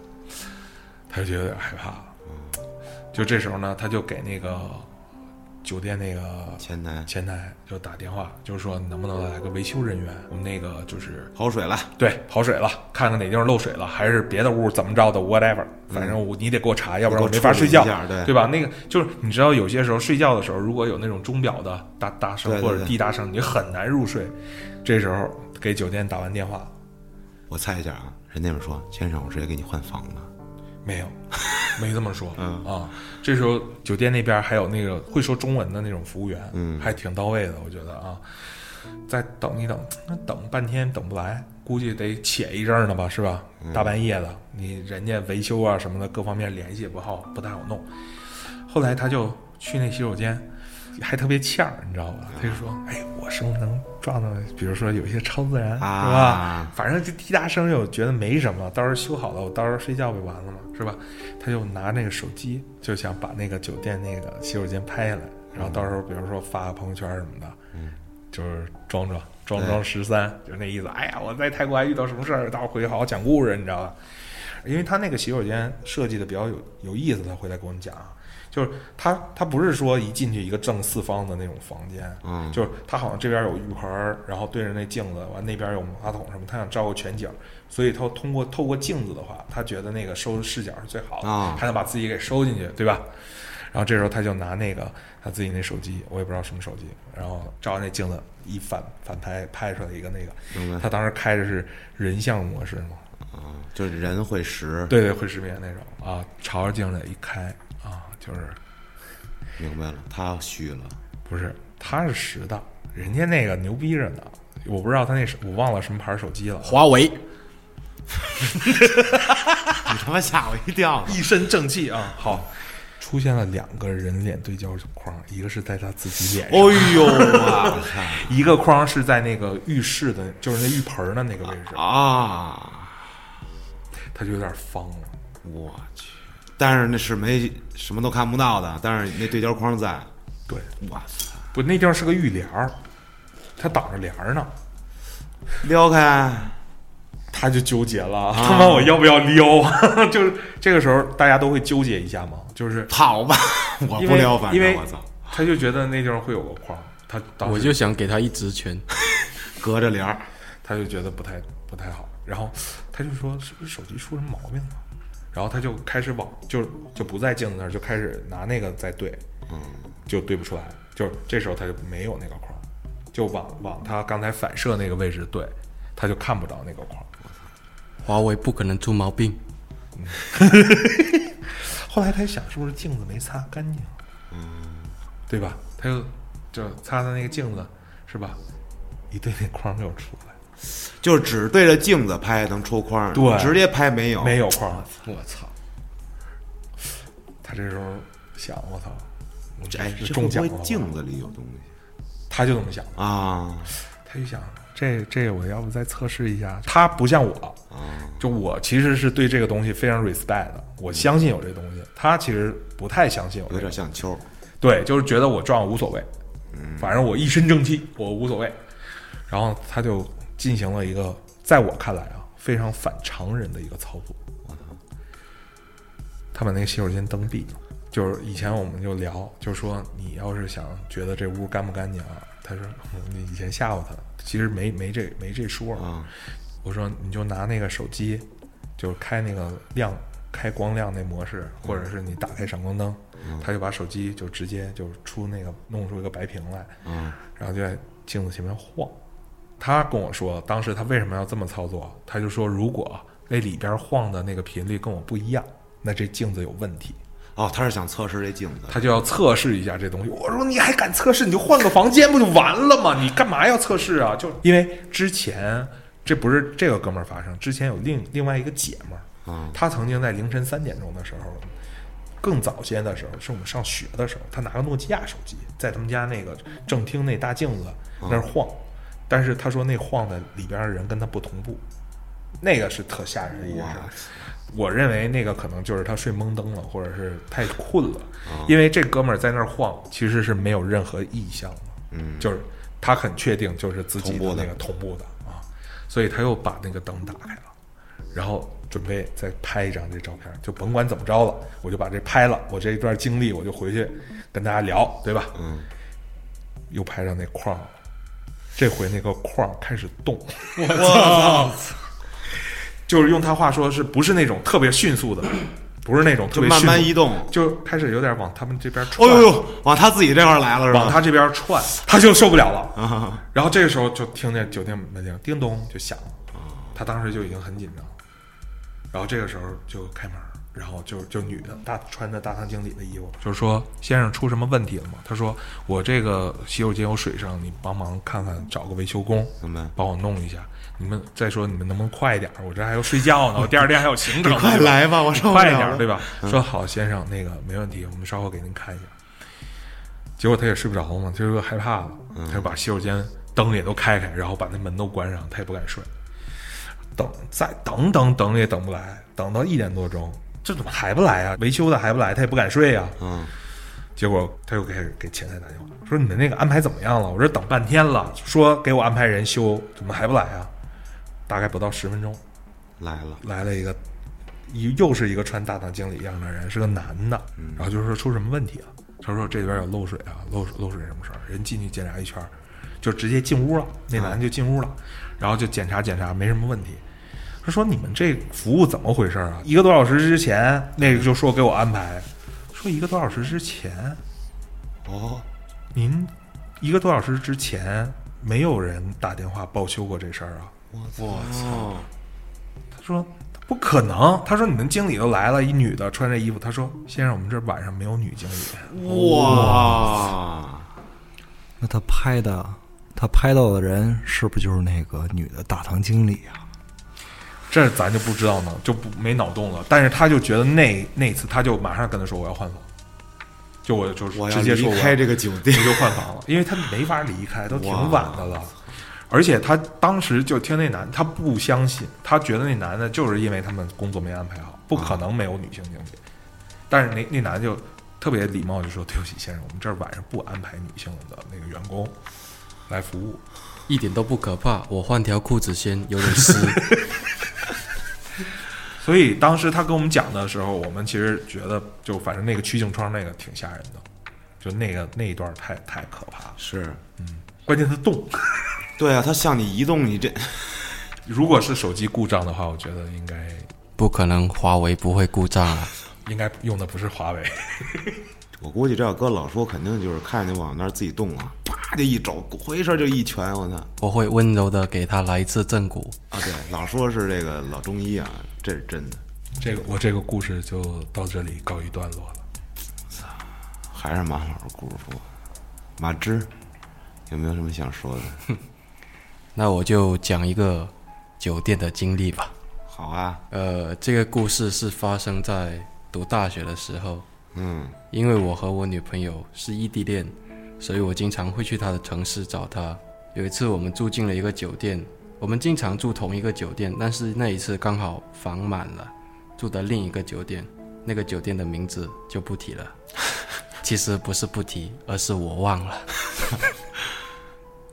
Speaker 2: 他就觉得有点害怕了。就这时候呢，他就给那个酒店那个
Speaker 1: 前台
Speaker 2: 前台就打电话，就是说能不能来个维修人员？我们那个就是
Speaker 1: 好水了，
Speaker 2: 对，跑水了，看看哪地方漏水了，还是别的屋怎么着的，whatever，反正我你得给我查，要不然我没法睡觉
Speaker 1: 嗯你给我处理一下对，
Speaker 2: 对吧？那个就是你知道，有些时候睡觉的时候，如果有那种钟表的哒哒声
Speaker 1: 对对
Speaker 2: 或者
Speaker 1: 对
Speaker 2: 滴答声，你很难入睡。这时候给酒店打完电话，
Speaker 1: 我猜一下啊，人那边说先生，我直接给你换房了。
Speaker 2: 没有， [laughs] 没这么说。
Speaker 1: 嗯
Speaker 2: 啊，这时候酒店那边还有那个会说中文的那种服务员，
Speaker 1: 嗯
Speaker 2: 还挺到位的，我觉得啊。再等一等，那等半天等不来，估计得且一阵儿呢吧，是吧？
Speaker 1: 嗯
Speaker 2: 大半夜的，你人家维修啊什么的，各方面联系也不好，不太好弄。后来他就去那洗手间，还特别欠儿，你知道吧？他就说：“哎，我是不是能撞到，比如说有一些超自然，
Speaker 1: 啊
Speaker 2: 是吧？反正这滴答声又觉得没什么，到时候修好了，我到时候睡觉不就完了嘛，是吧？”他就拿那个手机，就想把那个酒店那个洗手间拍下来，然后到时候比如说发个朋友圈什么的，就是装装装装十三，就是那意思。哎呀，我在泰国还遇到什么事儿，到时候回去好好讲故事，你知道吧？因为他那个洗手间设计的比较有有意思，他回来跟我们讲啊，就是他他不是说一进去一个正四方的那种房间，
Speaker 1: 嗯，
Speaker 2: 就是他好像这边有浴盆儿，然后对着那镜子，完那边有马桶什么，他想照顾全景儿，所以他通过透过镜子的话，他觉得那个收视角是最好的，
Speaker 1: 啊
Speaker 2: 还能把自己给收进去，对吧？然后这时候他就拿那个他自己那手机，我也不知道什么手机，然后照着那镜子一反反拍拍出来一个那个，
Speaker 1: 明白
Speaker 2: 他当时开的是人像模式嘛，
Speaker 1: 啊，就是人会识，
Speaker 2: 对对，会识别那种啊，朝着镜子一开啊，就是
Speaker 1: 明白了，他虚了，
Speaker 2: 不是，他是实的，人家那个牛逼着呢。我不知道他那是我忘了什么牌手机了，
Speaker 4: 华为
Speaker 1: 你他妈吓我一跳！
Speaker 2: 一身正气啊！好，出现了两个人脸对焦框，一个是在他自己脸
Speaker 1: [laughs] 哎
Speaker 2: 上，
Speaker 1: 呦，我操
Speaker 2: 一个框是在那个浴室的，就是那浴盆的那个位置，
Speaker 1: 啊！
Speaker 2: 他就有点方了。
Speaker 1: 我去，但是那是没什么都看不到的，但是那对焦框在。
Speaker 2: 对，
Speaker 1: 哇塞，
Speaker 2: 不，那地方是个浴帘儿，他挡着帘儿呢，
Speaker 1: 撩开，
Speaker 2: [laughs] 他就纠结了，他妈我要不要撩？ [laughs] 就是这个时候大家都会纠结一下嘛，就是
Speaker 1: 跑吧，我
Speaker 2: 因
Speaker 1: 不
Speaker 2: 为
Speaker 1: 撩，反
Speaker 2: 因为
Speaker 1: 正我操，
Speaker 2: 他就觉得那地方会有个框，他当时
Speaker 4: 我就想给他一直拳，
Speaker 1: 隔着帘儿，
Speaker 2: 他就觉得不太不太好，然后他就说是不是手机出什么毛病了？然后他就开始往就就不在镜子那儿，就开始拿那个在对，嗯，就对不出来，就是这时候他就没有那个框，就往往他刚才反射那个位置对，他就看不到那个框。
Speaker 4: 华为不可能出毛病，
Speaker 2: 后来他想是不是镜子没擦干净，嗯，对吧？他就就擦擦那个镜子，是吧？一对那框没有出来，
Speaker 1: 就是只对着镜子拍能出框，
Speaker 2: 对
Speaker 1: 直接拍没有，
Speaker 2: 没有框。
Speaker 4: 我操，
Speaker 2: 他这时候想，我操，我
Speaker 1: 这，哎，
Speaker 2: 是
Speaker 1: 这会不
Speaker 2: 中奖
Speaker 1: 会
Speaker 2: 了吧。
Speaker 1: 镜子里有东西
Speaker 2: 他就这么想的，
Speaker 1: 啊？
Speaker 2: 他就想这这我要不再测试一下？他不像我，
Speaker 1: 啊
Speaker 2: 就我其实是对这个东西非常 respect 的，我相信有这东西。他其实不太相信有
Speaker 1: 有
Speaker 2: 这个，
Speaker 1: 点像秋儿，
Speaker 2: 对，就是觉得我撞无所谓，反正我一身正气，我无所谓。然后他就进行了一个在我看来啊非常反常人的一个操作，他把那个洗手间灯闭了。就是以前我们就聊，就说你要是想觉得这屋干不干净啊，他说你以前吓唬他，其实没没这没这说
Speaker 1: 啊。
Speaker 2: 我说你就拿那个手机，就是开那个亮开光亮那模式，或者是你打开闪光灯，他就把手机就直接就出那个弄出一个白屏来，
Speaker 1: 嗯，
Speaker 2: 然后就在镜子前面晃。他跟我说，当时他为什么要这么操作？他就说，如果那里边晃的那个频率跟我不一样，那这镜子有问题。
Speaker 1: 哦，他是想测试这镜子，
Speaker 2: 他就要测试一下这东西。我说你还敢测试？你就换个房间不就完了吗？你干嘛要测试啊？就因为之前这不是这个哥们儿发生，之前有另另外一个姐们儿，
Speaker 1: 嗯
Speaker 2: 她曾经在凌晨三点钟的时候，更早些的时候是我们上学的时候，她拿个诺基亚手机在他们家那个正厅那大镜子那儿晃，但是她说那晃的里边儿的人跟她不同步，那个是特吓人的一件事儿
Speaker 1: 哇。
Speaker 2: 我认为那个可能就是他睡懵灯了，或者是太困了，因为这哥们儿在那儿晃，其实是没有任何意向的，
Speaker 1: 嗯
Speaker 2: 就是他很确定就是自己
Speaker 1: 同步的
Speaker 2: 那个同步的啊，所以他又把那个灯打开了，然后准备再拍一张这照片，就甭管怎么着了，我就把这拍了，我这一段经历我就回去跟大家聊，对吧？
Speaker 1: 嗯，
Speaker 2: 又拍上那框了，这回那个框开始动，我操！就是用他话说，是不是那种特别迅速的，不是那种特
Speaker 1: 就
Speaker 2: 别
Speaker 1: 慢慢
Speaker 2: 迅速
Speaker 1: 移动。
Speaker 2: 就开始有点往他们这边
Speaker 1: 哦
Speaker 2: 窜，
Speaker 1: 呦呦，往他自己这块儿来了是吧？
Speaker 2: 往他这边窜，他就受不了了。
Speaker 1: 啊，
Speaker 2: 然后这个时候就听见酒店门铃叮咚就响了，他当时就已经很紧张了。然后这个时候就开门，然后就就女的大穿着大堂经理的衣服，就是说先生出什么问题了吗？他说我这个洗手间有水声，你帮忙看看，找个维修工
Speaker 1: 明白
Speaker 2: 帮我弄一下。你们再说你们能不能快一点？我这还要睡觉呢，我第二天还有行程呢。
Speaker 1: 快来吧，我受不
Speaker 2: 快一
Speaker 1: 了嗯
Speaker 2: 点儿，
Speaker 1: 了
Speaker 2: 对吧？说好，先生，那个没问题，我们稍后给您看一下。结果他也睡不着嘛，他就害怕了，
Speaker 1: 嗯
Speaker 2: 他就把洗手间灯也都开开，然后把那门都关上，他也不敢睡。等再等等等也等不来，等到一点多钟，这怎么还不来啊？维修的还不来，他也不敢睡啊。
Speaker 1: 嗯，
Speaker 2: 结果他又开始给前台打电话，说你们那个安排怎么样了？我这等半天了，说给我安排人修，怎么还不来啊？大概不到十分钟，
Speaker 1: 来了，
Speaker 2: 来了一个，一又是一个穿大堂经理一样的人，是个男的，然后就说出什么问题了、他说这边有漏水啊，漏水漏水什么事儿？人进去检查一圈儿，就直接进屋了，那男的就进屋了，然后就检查检查，没什么问题。他说你们这服务怎么回事儿啊？一个多小时之前那个就说给我安排，说一个多小时之前
Speaker 1: 哦，
Speaker 2: 您一个多小时之前没有人打电话报修过这事儿啊？
Speaker 4: 我操，
Speaker 2: 他说不可能，他说你们经理都来了，一女的穿这衣服，他说先生，我们这晚上没有女经理，
Speaker 1: 哇，
Speaker 3: 那他拍的，他拍到的人是不是就是那个女的大堂经理啊？
Speaker 2: 这咱就不知道呢，就不没脑洞了。但是他就觉得那那次他就马上跟他说我要换房，就我就
Speaker 1: 我要
Speaker 2: 直接说
Speaker 1: 离
Speaker 2: 我
Speaker 1: 开这个酒店
Speaker 2: 我，就换房了，因为他没法离开，都挺晚的了。而且他当时就听那男，他不相信，他觉得那男的就是因为他们工作没安排好，不可能没有女性经济。但是那那男的就特别礼貌，就说：“对不起，先生，我们这儿晚上不安排女性的那个员工来服务。
Speaker 4: 一点都不可怕。我换条裤子先，有点湿。 [laughs]
Speaker 2: 所以当时他跟我们讲的时候，我们其实觉得，就反正那个曲颈窗那个挺吓人的，就那个那一段太太可怕了。
Speaker 1: 是，
Speaker 2: 关键是动，
Speaker 1: 对啊，他向你移动，你这
Speaker 2: 如果是手机故障的话，我觉得应该
Speaker 4: 不可能，华为不会故障啊！
Speaker 2: 应该用的不是华为。 [laughs]
Speaker 1: 我估计这要搁老说，肯定就是看见往那儿自己动了，啪就一肘，回身就一拳，我操！
Speaker 4: 我会温柔的给他来一次正骨。
Speaker 1: 啊，对，老说是这个老中医啊，这是真的，
Speaker 2: 这个我这个故事就到这里告一段落了。
Speaker 1: 还是马老师故事多。马芝，有没有什么想说的？
Speaker 4: 那我就讲一个酒店的经历吧。
Speaker 1: 好啊， [laughs]
Speaker 4: 呃，这个故事是发生在读大学的时候，
Speaker 1: 嗯，
Speaker 4: 因为我和我女朋友是异地恋，所以我经常会去她的城市找她。有一次我们住进了一个酒店，我们经常住同一个酒店，但是那一次刚好房满了，住的另一个酒店，那个酒店的名字就不提了。其实不是不提，而是我忘了。 [laughs]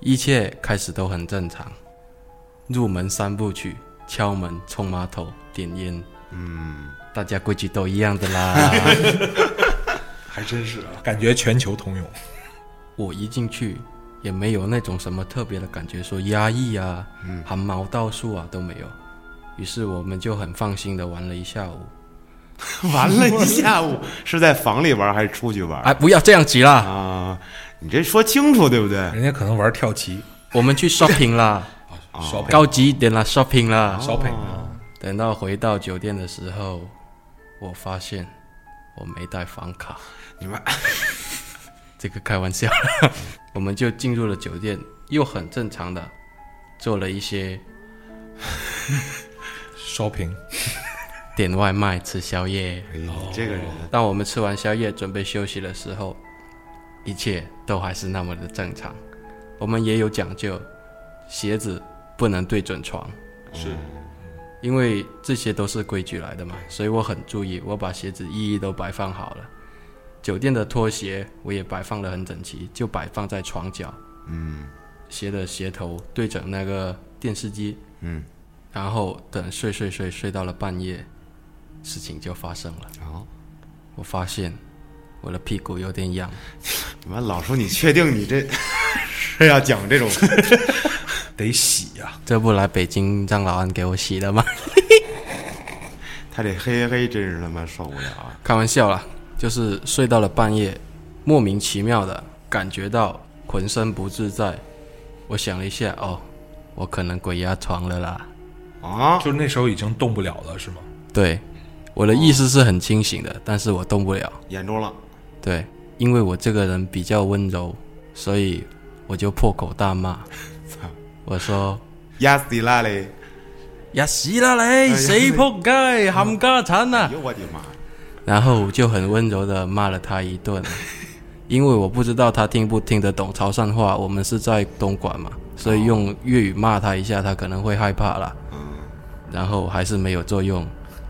Speaker 4: 一切开始都很正常，入门三部曲：敲门、冲马桶、点烟。嗯，大家规矩都一样的啦。
Speaker 2: 还真是啊，感觉全球通用。 [laughs]
Speaker 4: 我一进去也没有那种什么特别的感觉，说压抑啊、汗毛倒竖啊都没有。于是我们就很放心的玩了一下午。
Speaker 1: 玩了一下午，是在房里玩还是出去玩？
Speaker 4: 哎，不要这样急啦，
Speaker 1: 啊，你这说清楚对不对？
Speaker 2: 人家可能玩跳棋
Speaker 4: 我们去 shopping 啦，
Speaker 2: ，shopping
Speaker 4: 高级一点啦，shopping 啦。
Speaker 2: shopping，
Speaker 4: 等到回到酒店的时候，我发现我没带房卡，
Speaker 1: 你们
Speaker 4: [laughs] 这个开玩笑。我们就进入了酒店，又很正常的做了一些
Speaker 2: shopping，
Speaker 4: 点外卖、吃宵夜。
Speaker 1: 哎你这个人，
Speaker 4: 当我们吃完宵夜准备休息的时候，一切都还是那么的正常。我们也有讲究，鞋子不能对准床，
Speaker 2: 是
Speaker 4: 因为这些都是规矩来的嘛，所以我很注意，我把鞋子一一都摆放好了。酒店的拖鞋我也摆放的很整齐，就摆放在床角，
Speaker 1: 嗯
Speaker 4: 鞋的鞋头对准那个电视机，
Speaker 1: 嗯，
Speaker 4: 然后等睡睡睡睡到了半夜，事情就发生了。
Speaker 1: 好，
Speaker 4: 我发现我的屁股有点痒，
Speaker 1: 你们老说你确定你这 [laughs] 是要讲这种？
Speaker 2: 得洗呀、
Speaker 4: 这不来北京让老安给我洗的吗？ [laughs]
Speaker 1: 他这嘿嘿嘿，真是他妈受不了啊！
Speaker 4: 开玩笑啦，就是睡到了半夜，莫名其妙的感觉到浑身不自在。我想了一下，哦，我可能鬼压床了啦。
Speaker 1: 啊，
Speaker 2: 就是那时候已经动不了了，是吗？
Speaker 4: 对，我的意识是很清醒的，但是我动不了。
Speaker 1: 眼中了，
Speaker 4: 对，因为我这个人比较温柔，所以我就破口大 [laughs] 骂。我说
Speaker 1: 压死啦嘞！：“
Speaker 4: 哎呀嗯死啦嘞，谁破盖冚家铲啊呐
Speaker 1: 哎！”呦我的妈！
Speaker 4: 然后就很温柔的骂了他一
Speaker 2: [laughs]
Speaker 4: 顿，因为我不知道他听不听得懂潮汕话，我们是在东莞嘛，所以用粤语骂他一下，他可能会害怕啦。
Speaker 2: 哦
Speaker 4: 然后还是没有作用，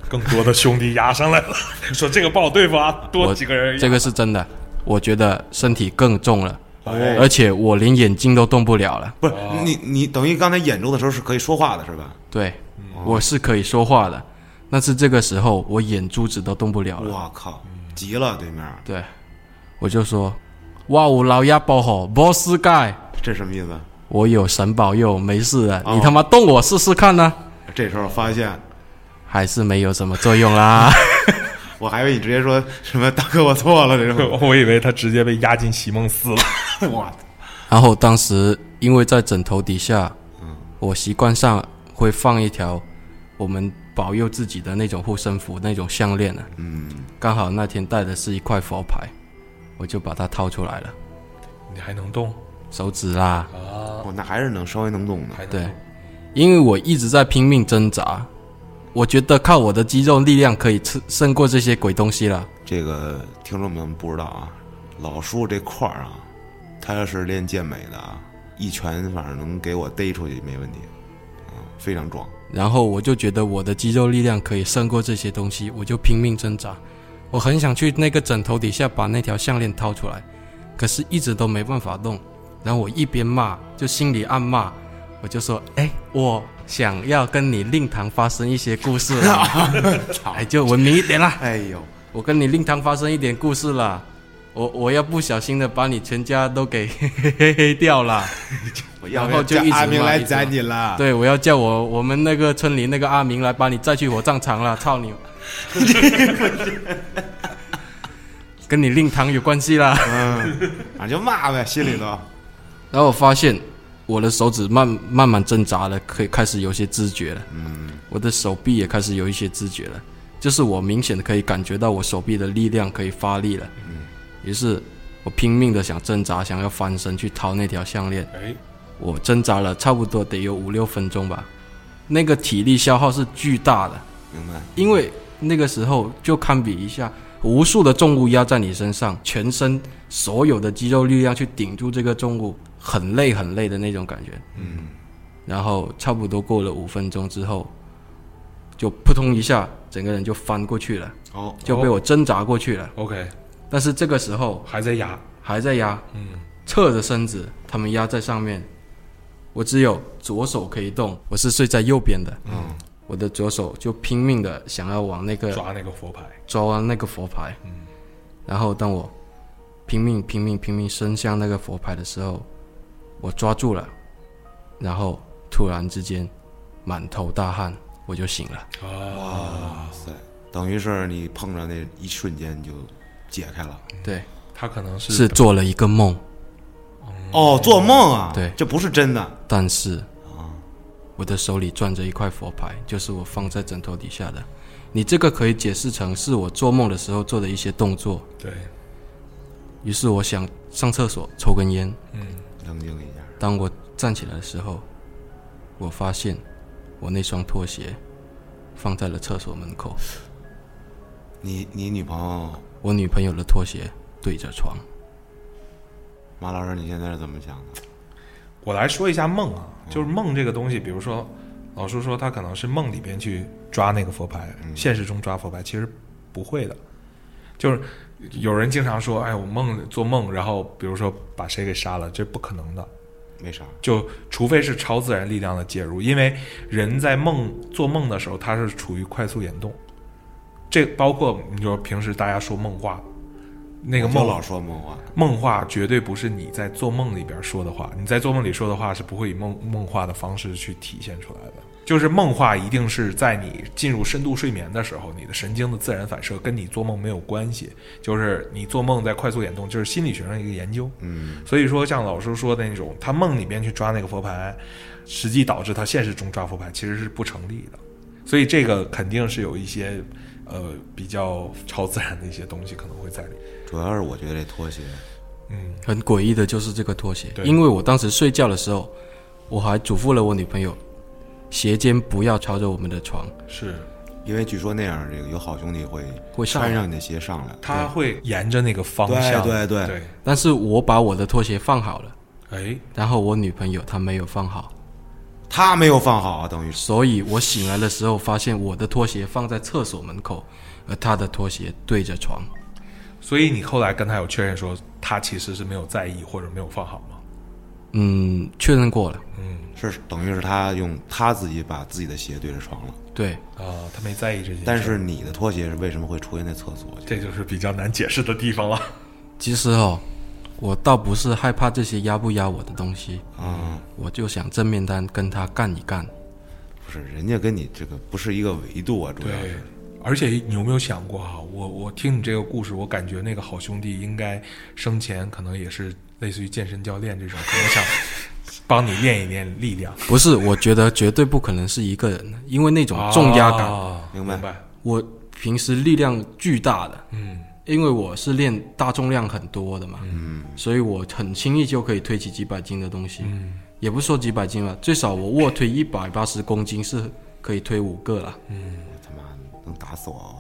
Speaker 2: 更多的兄弟压上来了， [laughs] 说这个不好对付啊，多
Speaker 4: 我
Speaker 2: 几个人压
Speaker 4: 这个是真的，我觉得身体更重了，
Speaker 1: 哎
Speaker 4: 而且我连眼睛都动不了了。
Speaker 1: 不是你，你等于刚才演出的时候是可以说话的，是吧？
Speaker 4: 对，
Speaker 2: 嗯
Speaker 4: 我是可以说话的，但是这个时候我眼珠子都动不了了。
Speaker 1: 我靠，急了对面，
Speaker 4: 对，我就说，哇哦，老鸭包好，波斯盖。
Speaker 1: 这什么意思？
Speaker 4: 我有神保佑，没事的，
Speaker 1: 哦
Speaker 4: 你他妈动我试试看呢、
Speaker 1: 这时候发现，
Speaker 4: 还是没有什么作用啦。
Speaker 1: 我还以为你直接说什么“大哥，我错了”这种。
Speaker 2: [laughs] 我以为他直接被压进席梦思了。
Speaker 4: [laughs]
Speaker 1: 我
Speaker 4: 然后当时因为在枕头底下，我习惯上会放一条我们保佑自己的那种护身符那种项链呢、嗯，刚好那天戴的是一块佛牌，我就把它掏出来了，
Speaker 2: 你还能动
Speaker 4: 手指啦，
Speaker 2: 啊？
Speaker 1: 我那还是能稍微能动的。
Speaker 2: 还能
Speaker 4: 对
Speaker 2: 动。，
Speaker 4: 因为我一直在拼命挣扎，我觉得靠我的肌肉力量可以吃胜过这些鬼东西了。
Speaker 1: 这个听众们不知道啊，老叔这块儿啊，他要是练健美的啊，一拳反正能给我逮出去没问题，嗯，非常壮。
Speaker 4: 然后我就觉得我的肌肉力量可以胜过这些东西，我就拼命挣扎。我很想去那个枕头底下把那条项链掏出来，可是一直都没办法动。然后我一边骂，就心里暗骂，我就说：“哎，我想要跟你令堂发生一些故事了，哎，就文明一点啦。
Speaker 1: 哎呦，
Speaker 4: 我跟你令堂发生一点故事了，我我要不小心的把你全家都给 [laughs] 嘿嘿嘿掉了。”然后就一直
Speaker 1: 阿明
Speaker 4: 骂
Speaker 1: 来
Speaker 4: 一直
Speaker 1: 宰
Speaker 4: 骂
Speaker 1: 你了。
Speaker 4: 对，我要叫我我们那个村里那个阿明来把你载去火葬场 [laughs] 了，操你！跟你令堂有关系啦。
Speaker 1: 嗯，啊就骂呗，心里头。
Speaker 4: 然后我发现我的手指慢慢慢挣扎了，可以开始有些知觉了。嗯，我的手臂也开始有一些知觉了，就是我明显的可以感觉到我手臂的力量可以发力了。嗯，于是我拼命的想挣扎，想要翻身去掏那条项链。
Speaker 2: 哎，
Speaker 4: 我挣扎了差不多得有五六分钟吧，那个体力消耗是巨大的，
Speaker 1: 明白，
Speaker 4: 因为那个时候就堪比一下无数的重物压在你身上，全身所有的肌肉力量去顶住这个重物，很累很累的那种感觉。嗯，然后差不多过了五分钟之后，就扑通一下，整个人就翻过去了，
Speaker 1: 哦，
Speaker 4: 就被我挣扎过去了。
Speaker 2: OK，
Speaker 4: 但是这个时候
Speaker 2: 还在压，
Speaker 4: 还在压，
Speaker 2: 嗯，
Speaker 4: 侧着身子，他们压在上面。我只有左手可以动，我是睡在右边的，
Speaker 1: 嗯，
Speaker 4: 我的左手就拼命的想要往那个
Speaker 2: 抓那个佛牌，
Speaker 4: 抓完那个佛牌，
Speaker 2: 嗯
Speaker 4: 然后当我拼命拼命拼命伸向那个佛牌的时候，我抓住了，然后突然之间满头大汗，我就醒了。
Speaker 1: 哇塞，等于是你碰着那一瞬间就解开了。
Speaker 2: 嗯
Speaker 4: 对，
Speaker 2: 他可能
Speaker 4: 是做了一个梦，
Speaker 1: 哦，做梦啊？
Speaker 4: 嗯对
Speaker 1: 这不是真的。
Speaker 4: 但是我的手里攥着一块佛牌，就是我放在枕头底下的。你这个可以解释成是我做梦的时候做的一些动作。
Speaker 2: 对，
Speaker 4: 于是我想上厕所抽根烟，
Speaker 2: 嗯，
Speaker 1: 冷静一下，
Speaker 4: 当我站起来的时候，我发现我那双拖鞋放在了厕所门口，
Speaker 1: 你你女朋友
Speaker 4: 我女朋友的拖鞋对着床。
Speaker 1: 马老师，你现在是怎么想的？
Speaker 2: 我来说一下梦啊，就是梦这个东西，比如说老师说他可能是梦里边去抓那个佛牌，现实中抓佛牌其实不会的，就是有人经常说，哎，我梦做梦，然后比如说把谁给杀了，这不可能的，
Speaker 1: 没啥，
Speaker 2: 就除非是超自然力量的介入，因为人在梦做梦的时候，他是处于快速眼动，这包括你说平时大家说梦话，那个
Speaker 1: 啊我就
Speaker 2: 梦
Speaker 1: 老说梦话，
Speaker 2: 梦话绝对不是你在做梦里边说的话，你在做梦里说的话是不会以梦梦话的方式去体现出来的。就是梦话一定是在你进入深度睡眠的时候，你的神经的自然反射跟你做梦没有关系。就是你做梦在快速眼动，就是心理学上一个研究。
Speaker 1: 嗯，
Speaker 2: 所以说，像老师说的那种，他梦里边去抓那个佛牌，实际导致他现实中抓佛牌，其实是不成立的。所以这个肯定是有一些，呃，比较超自然的一些东西可能会在里面。
Speaker 1: 主要是我觉得这拖鞋，
Speaker 2: 嗯，
Speaker 4: 很诡异的就是这个拖鞋，
Speaker 2: 对
Speaker 4: 因为我当时睡觉的时候，我还嘱咐了我女朋友，鞋尖不要朝着我们的床，
Speaker 2: 是。
Speaker 1: 因为据说那样这个有好兄弟会
Speaker 4: 会上来
Speaker 1: 穿上你的鞋上来。
Speaker 2: 他会沿着那个方向，
Speaker 1: 对对对
Speaker 2: 对，
Speaker 4: 但是我把我的拖鞋放好了，
Speaker 2: 哎，
Speaker 4: 然后我女朋友她没有放好，
Speaker 1: 他没有放好啊，等于是
Speaker 4: 所以我醒来的时候发现我的拖鞋放在厕所门口，而她的拖鞋对着床。
Speaker 2: 所以你后来跟他有确认说他其实是没有在意或者没有放好吗？
Speaker 4: 嗯，确认过了，
Speaker 2: 嗯
Speaker 1: 是等于是他用他自己把自己的鞋对着床了。
Speaker 4: 对，
Speaker 2: 啊、他没在意这些，
Speaker 1: 但是你的拖鞋是为什么会出现在厕所？
Speaker 2: 这就是比较难解释的地方了。
Speaker 4: 其实哦，我倒不是害怕这些压不压我的东西，
Speaker 1: 啊，
Speaker 4: 我就想正面单跟他干一干。
Speaker 1: 不是，人家跟你这个不是一个维度啊，主要是。，
Speaker 2: 而且你有没有想过啊？我我听你这个故事，我感觉那个好兄弟应该生前可能也是类似于健身教练这种，可能想帮你练一练力量，
Speaker 4: 不是，我觉得绝对不可能是一个人，因为那种重压感，
Speaker 2: 啊
Speaker 1: 明白
Speaker 2: 明白？
Speaker 4: 我平时力量巨大的，
Speaker 2: 嗯，
Speaker 4: 因为我是练大重量很多的嘛，嗯，所以我很轻易就可以推起几百斤的东西，嗯，也不说几百斤了，最少我卧推一百八十公斤是可以推五个了。
Speaker 1: 我他妈能打死我啊！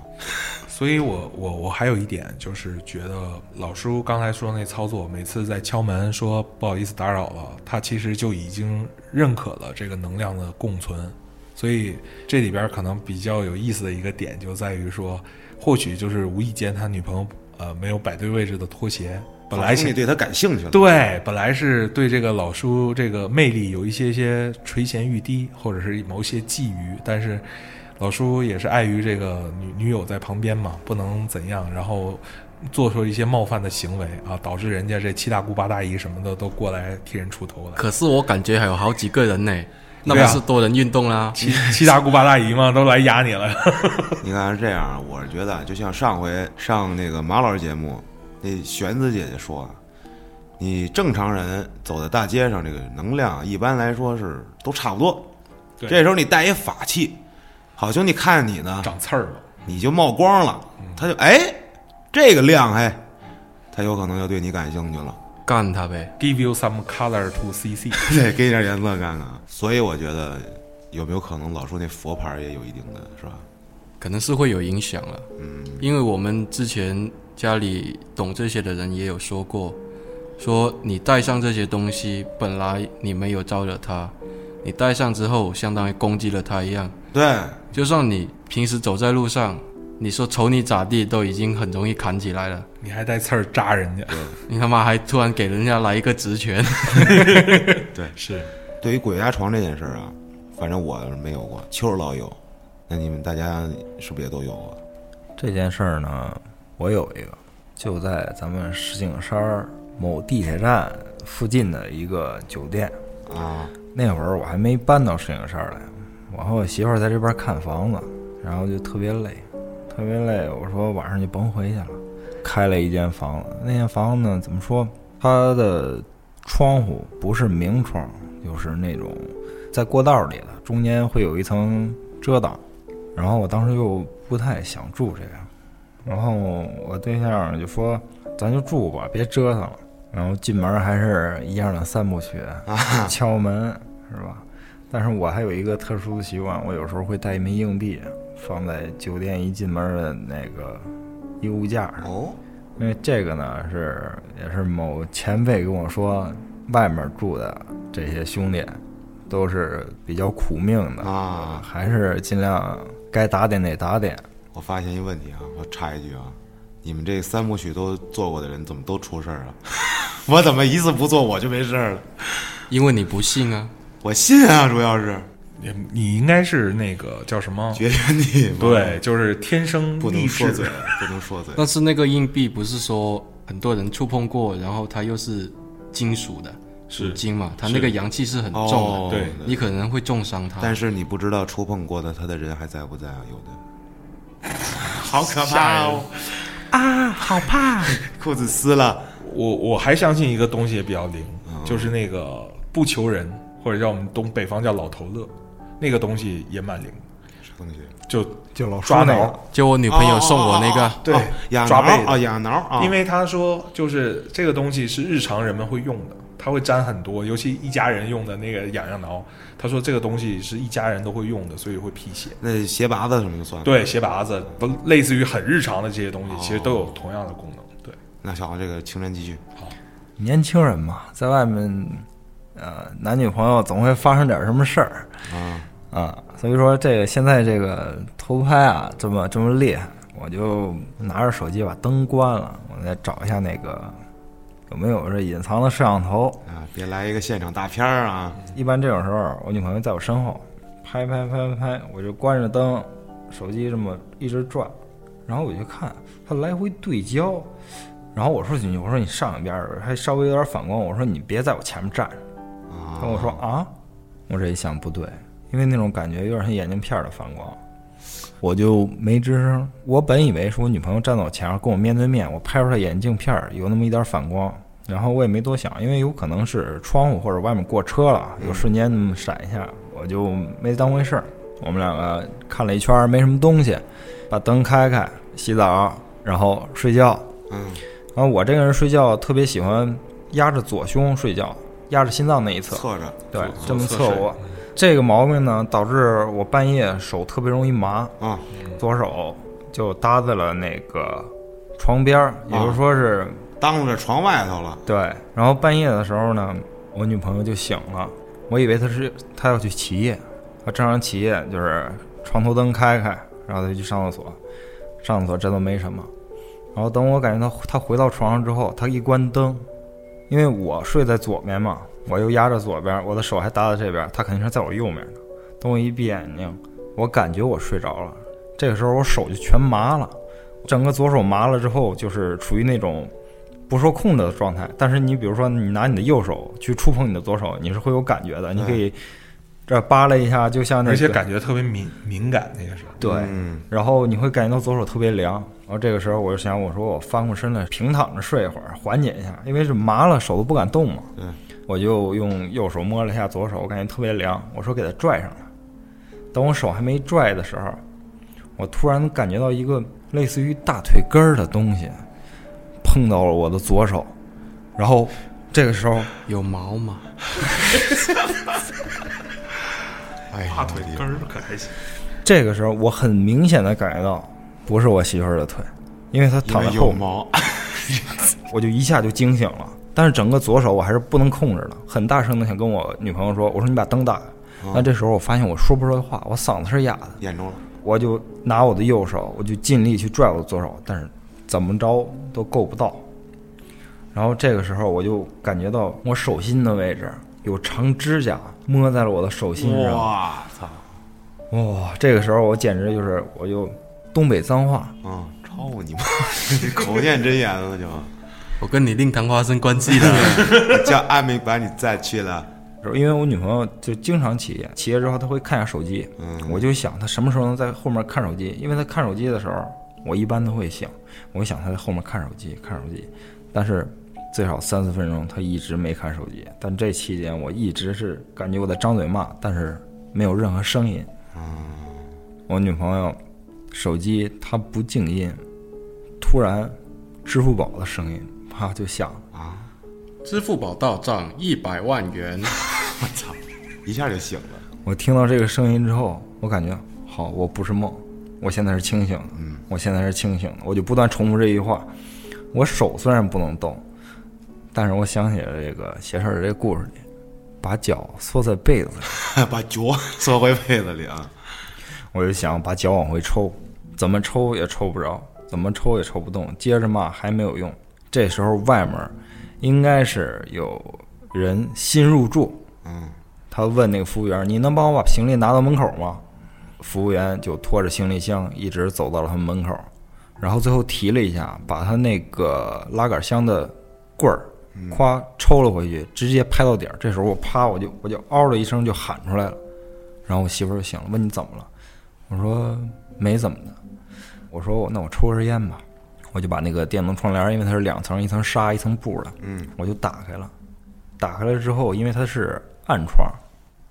Speaker 2: 所以我我我还有一点就是觉得老叔刚才说那操作，每次在敲门说不好意思打扰了，他其实就已经认可了这个能量的共存。所以这里边可能比较有意思的一个点就在于说，或许就是无意间他女朋友呃没有摆对位置的拖鞋，本来
Speaker 1: 好兄
Speaker 2: 想
Speaker 1: 弟对他感兴趣了，
Speaker 2: 对，本来是对这个老叔这个魅力有一些些垂涎欲滴，或者是某些觊觎，但是老叔也是碍于这个女女友在旁边嘛，不能怎样，然后做出一些冒犯的行为啊，导致人家这七大姑八大姨什么的都过来替人出头
Speaker 1: [laughs]
Speaker 2: 来。
Speaker 4: 可是我感觉还有好几个人呢，那
Speaker 2: 对
Speaker 4: 不
Speaker 2: 啊
Speaker 4: 是多人运动啦？
Speaker 2: 七七大姑八大姨嘛，都来压你了。 [laughs]
Speaker 1: 你看是这样啊，我是觉得啊就像上回上那个马老师节目，那玄子姐姐说啊，你正常人走在大街上，这个能量啊一般来说是都差不多。
Speaker 2: 对
Speaker 1: 这时候你带一法器，好兄弟看你呢，
Speaker 2: 长刺儿了，
Speaker 1: 你就冒光了，他就哎，这个亮嘿，他有可能就对你感兴趣了。
Speaker 4: 干他呗！
Speaker 2: give you some color to CC。
Speaker 1: 对，给你点颜色看看啊。所以我觉得，有没有可能老说那佛牌也有一定的是吧？
Speaker 4: 可能是会有影响了。嗯，因为我们之前家里懂这些的人也有说过，说你带上这些东西，本来你没有招惹他，你带上之后，相当于攻击了他一样。
Speaker 1: 对，
Speaker 4: 就算你平时走在路上，你说瞅你咋地，都已经很容易砍起来了。
Speaker 2: 你还带刺儿扎人家，
Speaker 4: 你他妈还突然给人家来一个直拳，
Speaker 2: 是
Speaker 1: 对于鬼压床这件事儿啊，反正我是没有过，秋儿老有，那你们大家是不是也都有啊？
Speaker 3: 这件事儿呢，我有一个，就在咱们石景山儿某地铁站附近的一个酒店。
Speaker 1: 啊，
Speaker 3: 那会儿我还没搬到石景山来，我和我媳妇儿在这边看房子，然后就特别累，特别累。我说晚上就甭回去了，开了一间房子。那间房子呢，怎么说？它的窗户不是明窗，就是那种在过道里的，中间会有一层遮挡。然后我当时又不太想住这样，然后我对象就说：“咱就住吧，别折腾了。”然后进门还是一样的三部曲，敲门是吧？但是我还有一个特殊的习惯，我有时候会带一枚硬币放在酒店一进门的那个衣物架上，
Speaker 1: 哦，
Speaker 3: 因为这个呢是也是某前辈跟我说，外面住的这些兄弟都是比较苦命的
Speaker 1: 啊
Speaker 3: 还是尽量该打点得打点。
Speaker 1: 我发现一问题啊，我插一句啊，你们这三部曲都做过的人，怎么都出事儿啊？ [laughs] 我怎么一次不做我就没事儿了？
Speaker 4: [laughs] 因为你不信啊。
Speaker 1: 我信啊，主要是
Speaker 2: 你你应该是那个叫什么？
Speaker 1: 绝缘体嘛，
Speaker 2: 对，就是天生
Speaker 1: 不能
Speaker 2: 丽
Speaker 1: 说
Speaker 2: 质
Speaker 1: 嘴，不能说
Speaker 2: [laughs]
Speaker 1: 嘴。
Speaker 4: 但是那个硬币不是说很多人触碰过，然后它又是金属的，
Speaker 2: 是
Speaker 4: 属金嘛，它那个阳气是很重的，
Speaker 1: 哦
Speaker 2: 对
Speaker 4: 你可能会重伤它。
Speaker 1: 但是你不知道触碰过的他的人还在不在啊？有的， [laughs] 好可
Speaker 2: 怕哦！
Speaker 1: 啊，好怕， [laughs] 裤子撕了。
Speaker 2: 我我还相信一个东西也比较灵，
Speaker 3: 嗯
Speaker 2: 就是那个不求人，或者叫我们东北方叫老头乐，那个东西也蛮灵，
Speaker 1: 什么东西？
Speaker 2: 就
Speaker 3: 就老
Speaker 2: 抓
Speaker 3: 那
Speaker 2: 挠
Speaker 3: 个，。
Speaker 4: 就我女朋友送我那个，
Speaker 2: 对
Speaker 1: 哦痒挠
Speaker 2: 抓背的
Speaker 1: 啊，痒挠啊，
Speaker 2: 因为他说就是这个东西是日常人们会用的，他会沾很多，尤其一家人用的那个痒痒挠，他说这个东西是一家人都会用的，所以会辟邪。
Speaker 1: 那鞋拔子什么就
Speaker 3: 嗯
Speaker 1: 算了。，
Speaker 2: 对，鞋拔子都类似于很日常的这些东西，其实都有
Speaker 3: 哦
Speaker 2: 同样的功能。对，
Speaker 1: 那小王这个青山继续。
Speaker 3: 年轻人嘛，在外面，呃，男女朋友总会发生点什么事儿啊啊，所以说这个现在这个偷拍啊，这么这么厉害，我就拿着手机把灯关了，我再找一下那个有没有这隐藏的摄像头。
Speaker 1: 啊，别来一个现场大片儿啊！
Speaker 3: 一般这种时候，我女朋友在我身后拍拍拍拍拍，我就关着灯，手机这么一直转，然后我就看她来回对焦，然后我说你，我说你上一边儿，还稍微有点反光，我说你别在我前面站着，
Speaker 1: 啊，
Speaker 3: 她跟我说啊，我这一想不对，因为那种感觉有点像眼镜片儿的反光。我就没吱声。我本以为是我女朋友站在我前面跟我面对面，我拍出来眼镜片儿有那么一点反光，然后我也没多想，因为有可能是窗户或者外面过车了，有瞬间那么闪一下，我就没当回事儿。我们两个看了一圈儿没什么东西，把灯开开，洗澡，然后睡觉。
Speaker 1: 嗯，
Speaker 3: 然后我这个人睡觉特别喜欢压着左胸睡觉，压着心脏那一侧。
Speaker 1: 侧着
Speaker 3: 对
Speaker 2: 左，
Speaker 3: 这么
Speaker 2: 侧
Speaker 3: 侧
Speaker 2: 睡
Speaker 3: 卧，这个毛病呢，导致我半夜手特别容易麻，
Speaker 1: 啊，
Speaker 3: 左手就搭在了那个床边儿，也就是说是、
Speaker 1: 当着床外头了，
Speaker 3: 对。然后半夜的时候呢，我女朋友就醒了，我以为她是她要去起夜，她正常起夜就是床头灯开开，然后她就去上厕所，上厕所这都没什么。然后等我感觉她她回到床上之后，她一关灯，因为我睡在左边嘛，我又压着左边，我的手还搭在这边，她肯定是在我右面的。等我一闭眼睛，我感觉我睡着了，这个时候我手就全麻了，整个左手麻了之后，就是处于那种不受控制的状态。但是你比如说，你拿你的右手去触碰你的左手，你是会有感觉的，你可以这扒拉一下，就像那个、
Speaker 2: 而且感觉特别敏敏感，那个是
Speaker 3: 对，
Speaker 1: 嗯，
Speaker 3: 然后你会感觉到左手特别凉，然后这个时候我就想，我说我翻过身来平躺着睡一会儿，缓解一下，因为是麻了，手都不敢动嘛。
Speaker 1: 对，
Speaker 2: 嗯
Speaker 3: 我就用右手摸了一下左手，我感觉特别凉，我说给它拽上来。等我手还没拽的时候，我突然感觉到一个类似于大腿根儿的东西碰到了我的左手，然后这个时候
Speaker 4: 有毛吗？
Speaker 1: 哎呀，我的
Speaker 2: 儿可还行，
Speaker 3: 这个时候我很明显的感觉到不是我媳妇儿的腿，因为她
Speaker 1: 因
Speaker 3: 躺在
Speaker 1: 为
Speaker 3: 后
Speaker 1: 有
Speaker 3: 面。
Speaker 1: 毛，
Speaker 3: 我就一下就惊醒了。但是整个左手我还是不能控制的，很大声的想跟我女朋友说：“我说你把灯打开。”但这时候我发现我说不出来话，我嗓子是哑的，
Speaker 1: 眼中了，
Speaker 3: 我就拿我的右手，我就尽力去拽我的左手，但是怎么着都够不到。然后这个时候我就感觉到我手心的位置有长指甲摸在了我的手心上，哇、
Speaker 1: 哇操，
Speaker 3: 这个时候我简直就是我就东北脏话，
Speaker 1: 嗯， [laughs] 操你妈，你口见真言了就，
Speaker 4: 我跟你令堂发生关系
Speaker 1: [laughs]
Speaker 4: 了。
Speaker 1: 叫阿明把你再去了，
Speaker 3: 因为我女朋友就经常起夜，起夜之后她会看一下手机，
Speaker 1: 嗯
Speaker 3: 我就想她什么时候能在后面看手机？因为她看手机的时候，我一般都会醒，我想她在后面看手机，看手机，但是最少三四分钟她一直没看手机，但这期间我一直是感觉我在张嘴骂，但是没有任何声音。我女朋友手机她不静音，突然支付宝的声音啪就响了，
Speaker 4: [laughs] 支付宝到账一百万元，
Speaker 1: 一下就醒了，
Speaker 3: 我听到这个声音之后，我感觉好，我不是梦，我现在是清醒的，嗯，我现在是清醒的，我就不断重复这句话。我手虽然不能动，但是我想起了这个邪事儿这故事里，把脚缩在被子里，
Speaker 1: [laughs] 把脚缩回被子里啊，
Speaker 3: 我就想把脚往回抽，怎么抽也抽不着，怎么抽也抽不动，接着骂还没有用。这时候外面应该是有人新入住，
Speaker 1: 嗯，
Speaker 3: 他问那个服务员：“你能帮我把行李拿到门口吗？”服务员就拖着行李箱一直走到了他们门口，然后最后提了一下，把他那个拉杆箱的棍儿，咵抽了回去，直接拍到底儿。这时候我啪，我就我就嗷的一声就喊出来了，然后我媳妇儿就醒了，问你怎么了？我说没怎么的。我说那我抽根烟吧，我就把那个电动窗帘，因为它是两层，一层纱，一层布的，
Speaker 1: 嗯，
Speaker 3: 我就打开了。打开了之后，因为它是暗窗，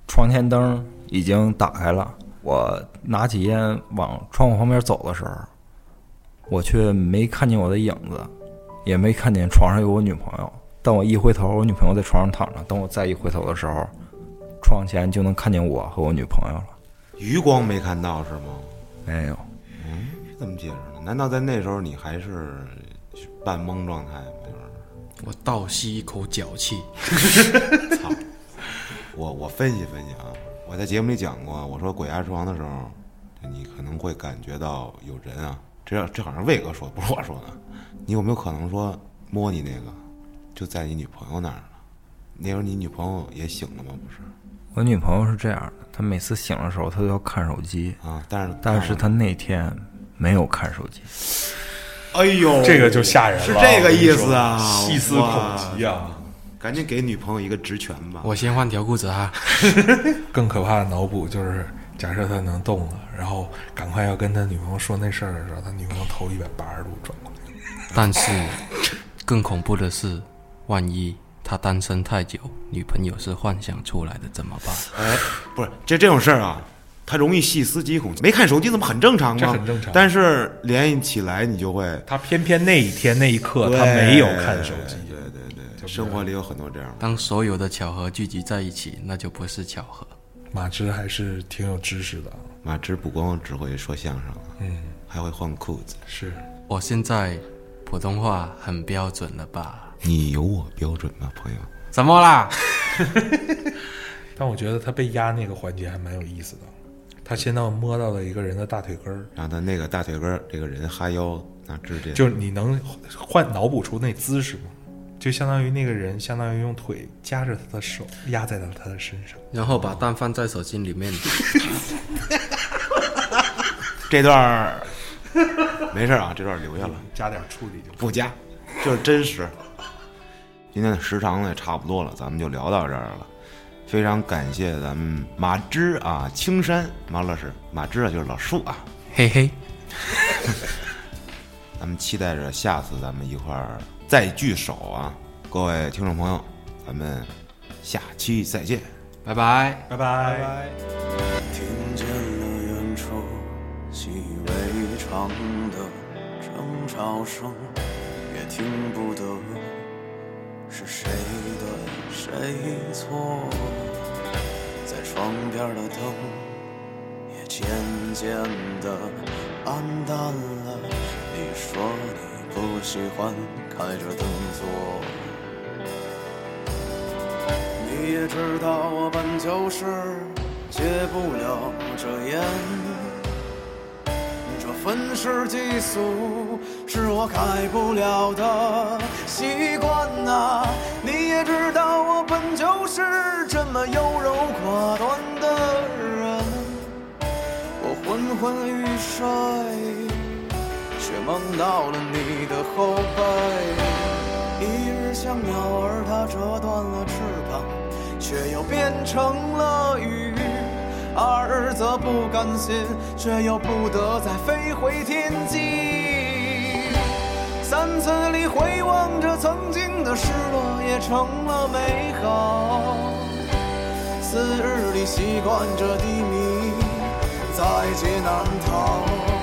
Speaker 3: 窗前灯已经打开了。我拿起烟往窗户旁边走的时候，我却没看见我的影子，也没看见床上有我女朋友。但我一回头，我女朋友在床上躺着。等我再一回头的时候，窗前就能看见我和我女朋友了。哎
Speaker 1: 余光没看到是吗？嗯
Speaker 3: 没有，
Speaker 1: 这怎么解释呢？难道在那时候你还是半懵状态吗？就是
Speaker 4: 我倒吸一口脚气。
Speaker 1: 操！我我分析分析啊，我在节目里讲过，我说鬼压床的时候，你可能会感觉到有人啊，这这好像魏哥说，不是我说的。你有没有可能说摸你那个，就在你女朋友那儿呢？那时候你女朋友也醒了吗？不是
Speaker 3: 我女朋友是这样的，她每次醒的时候，她都要看手机，
Speaker 1: 啊，但是
Speaker 3: 但是
Speaker 4: 哦
Speaker 3: 她那天没有看手机。
Speaker 1: 哎呦，
Speaker 2: 这个就吓人了，
Speaker 1: 是这个意思啊
Speaker 2: 我跟你说细思恐极啊！
Speaker 1: 赶紧给女朋友一个职权吧。
Speaker 4: 我先换条裤子啊！
Speaker 2: 更可怕的脑补就是，假设他能动了，然后赶快要跟他女朋友说那事儿的时候，他女朋友头一百八十度转过来，
Speaker 4: 但是更恐怖的是，万一他单身太久，女朋友是幻想出来的怎么办？
Speaker 1: 哎，不是这这种事儿啊，他容易细思极恐。没看手机，怎么很正常吗？
Speaker 2: 这很正常
Speaker 1: 但是联系起来，你就会
Speaker 2: 他偏偏那一天那一刻
Speaker 1: 对
Speaker 2: 他没有看手机，
Speaker 1: 对对对，生活里有很多这样的。
Speaker 4: 当所有的巧合聚集在一起，那就不是巧合。
Speaker 2: 马芝还是挺有知识的。
Speaker 1: 马芝不光只会说相声啊，
Speaker 2: 嗯，
Speaker 1: 还会换裤子。
Speaker 2: 是
Speaker 4: 我现在普通话很标准了吧？
Speaker 1: 你有我标准吗，朋友？
Speaker 4: 什么啦？
Speaker 2: 但我觉得他被压那个环节还蛮有意思的。他先到摸到了一个人的大腿根儿，
Speaker 1: 然后他那个大腿根儿，这个人哈腰拿指甲，
Speaker 2: 就是你能换脑补出那姿势吗？就相当于那个人相当于用腿夹着他的手压在了他的身上。
Speaker 4: 然后把蛋放在手心里面，
Speaker 1: 这段儿 [laughs] 没事儿啊，这段儿留下了，
Speaker 2: 加点处理就
Speaker 1: 不加， [laughs] 就是真实。今天的时长呢也差不多了，咱们就聊到这儿了。非常感谢咱们马芝啊，青山马老师，马芝啊就是老树啊，
Speaker 4: 嘿嘿，
Speaker 1: 咱们期待着下次咱们一块儿再聚首啊，各位听众朋友，咱们下期再见。
Speaker 4: 拜拜。
Speaker 2: 拜拜。
Speaker 5: 听见了远处习以为常的争吵声，也听不得是谁的谁错。在窗边的灯也渐渐的暗淡了。你说你不喜欢开着灯坐。你也知道我本就是戒不了这烟，这愤世嫉俗是我改不了的习惯呐、你也知道我本就是这么优柔寡断的人，我昏昏欲睡，却梦到了你的后背。一日像鸟儿，它折断了翅膀，却又变成了鱼；二则不甘心，却又不得再飞回天际。三次里回望着曾经的失落，也成了美好；四日里习惯着低迷，在劫难逃。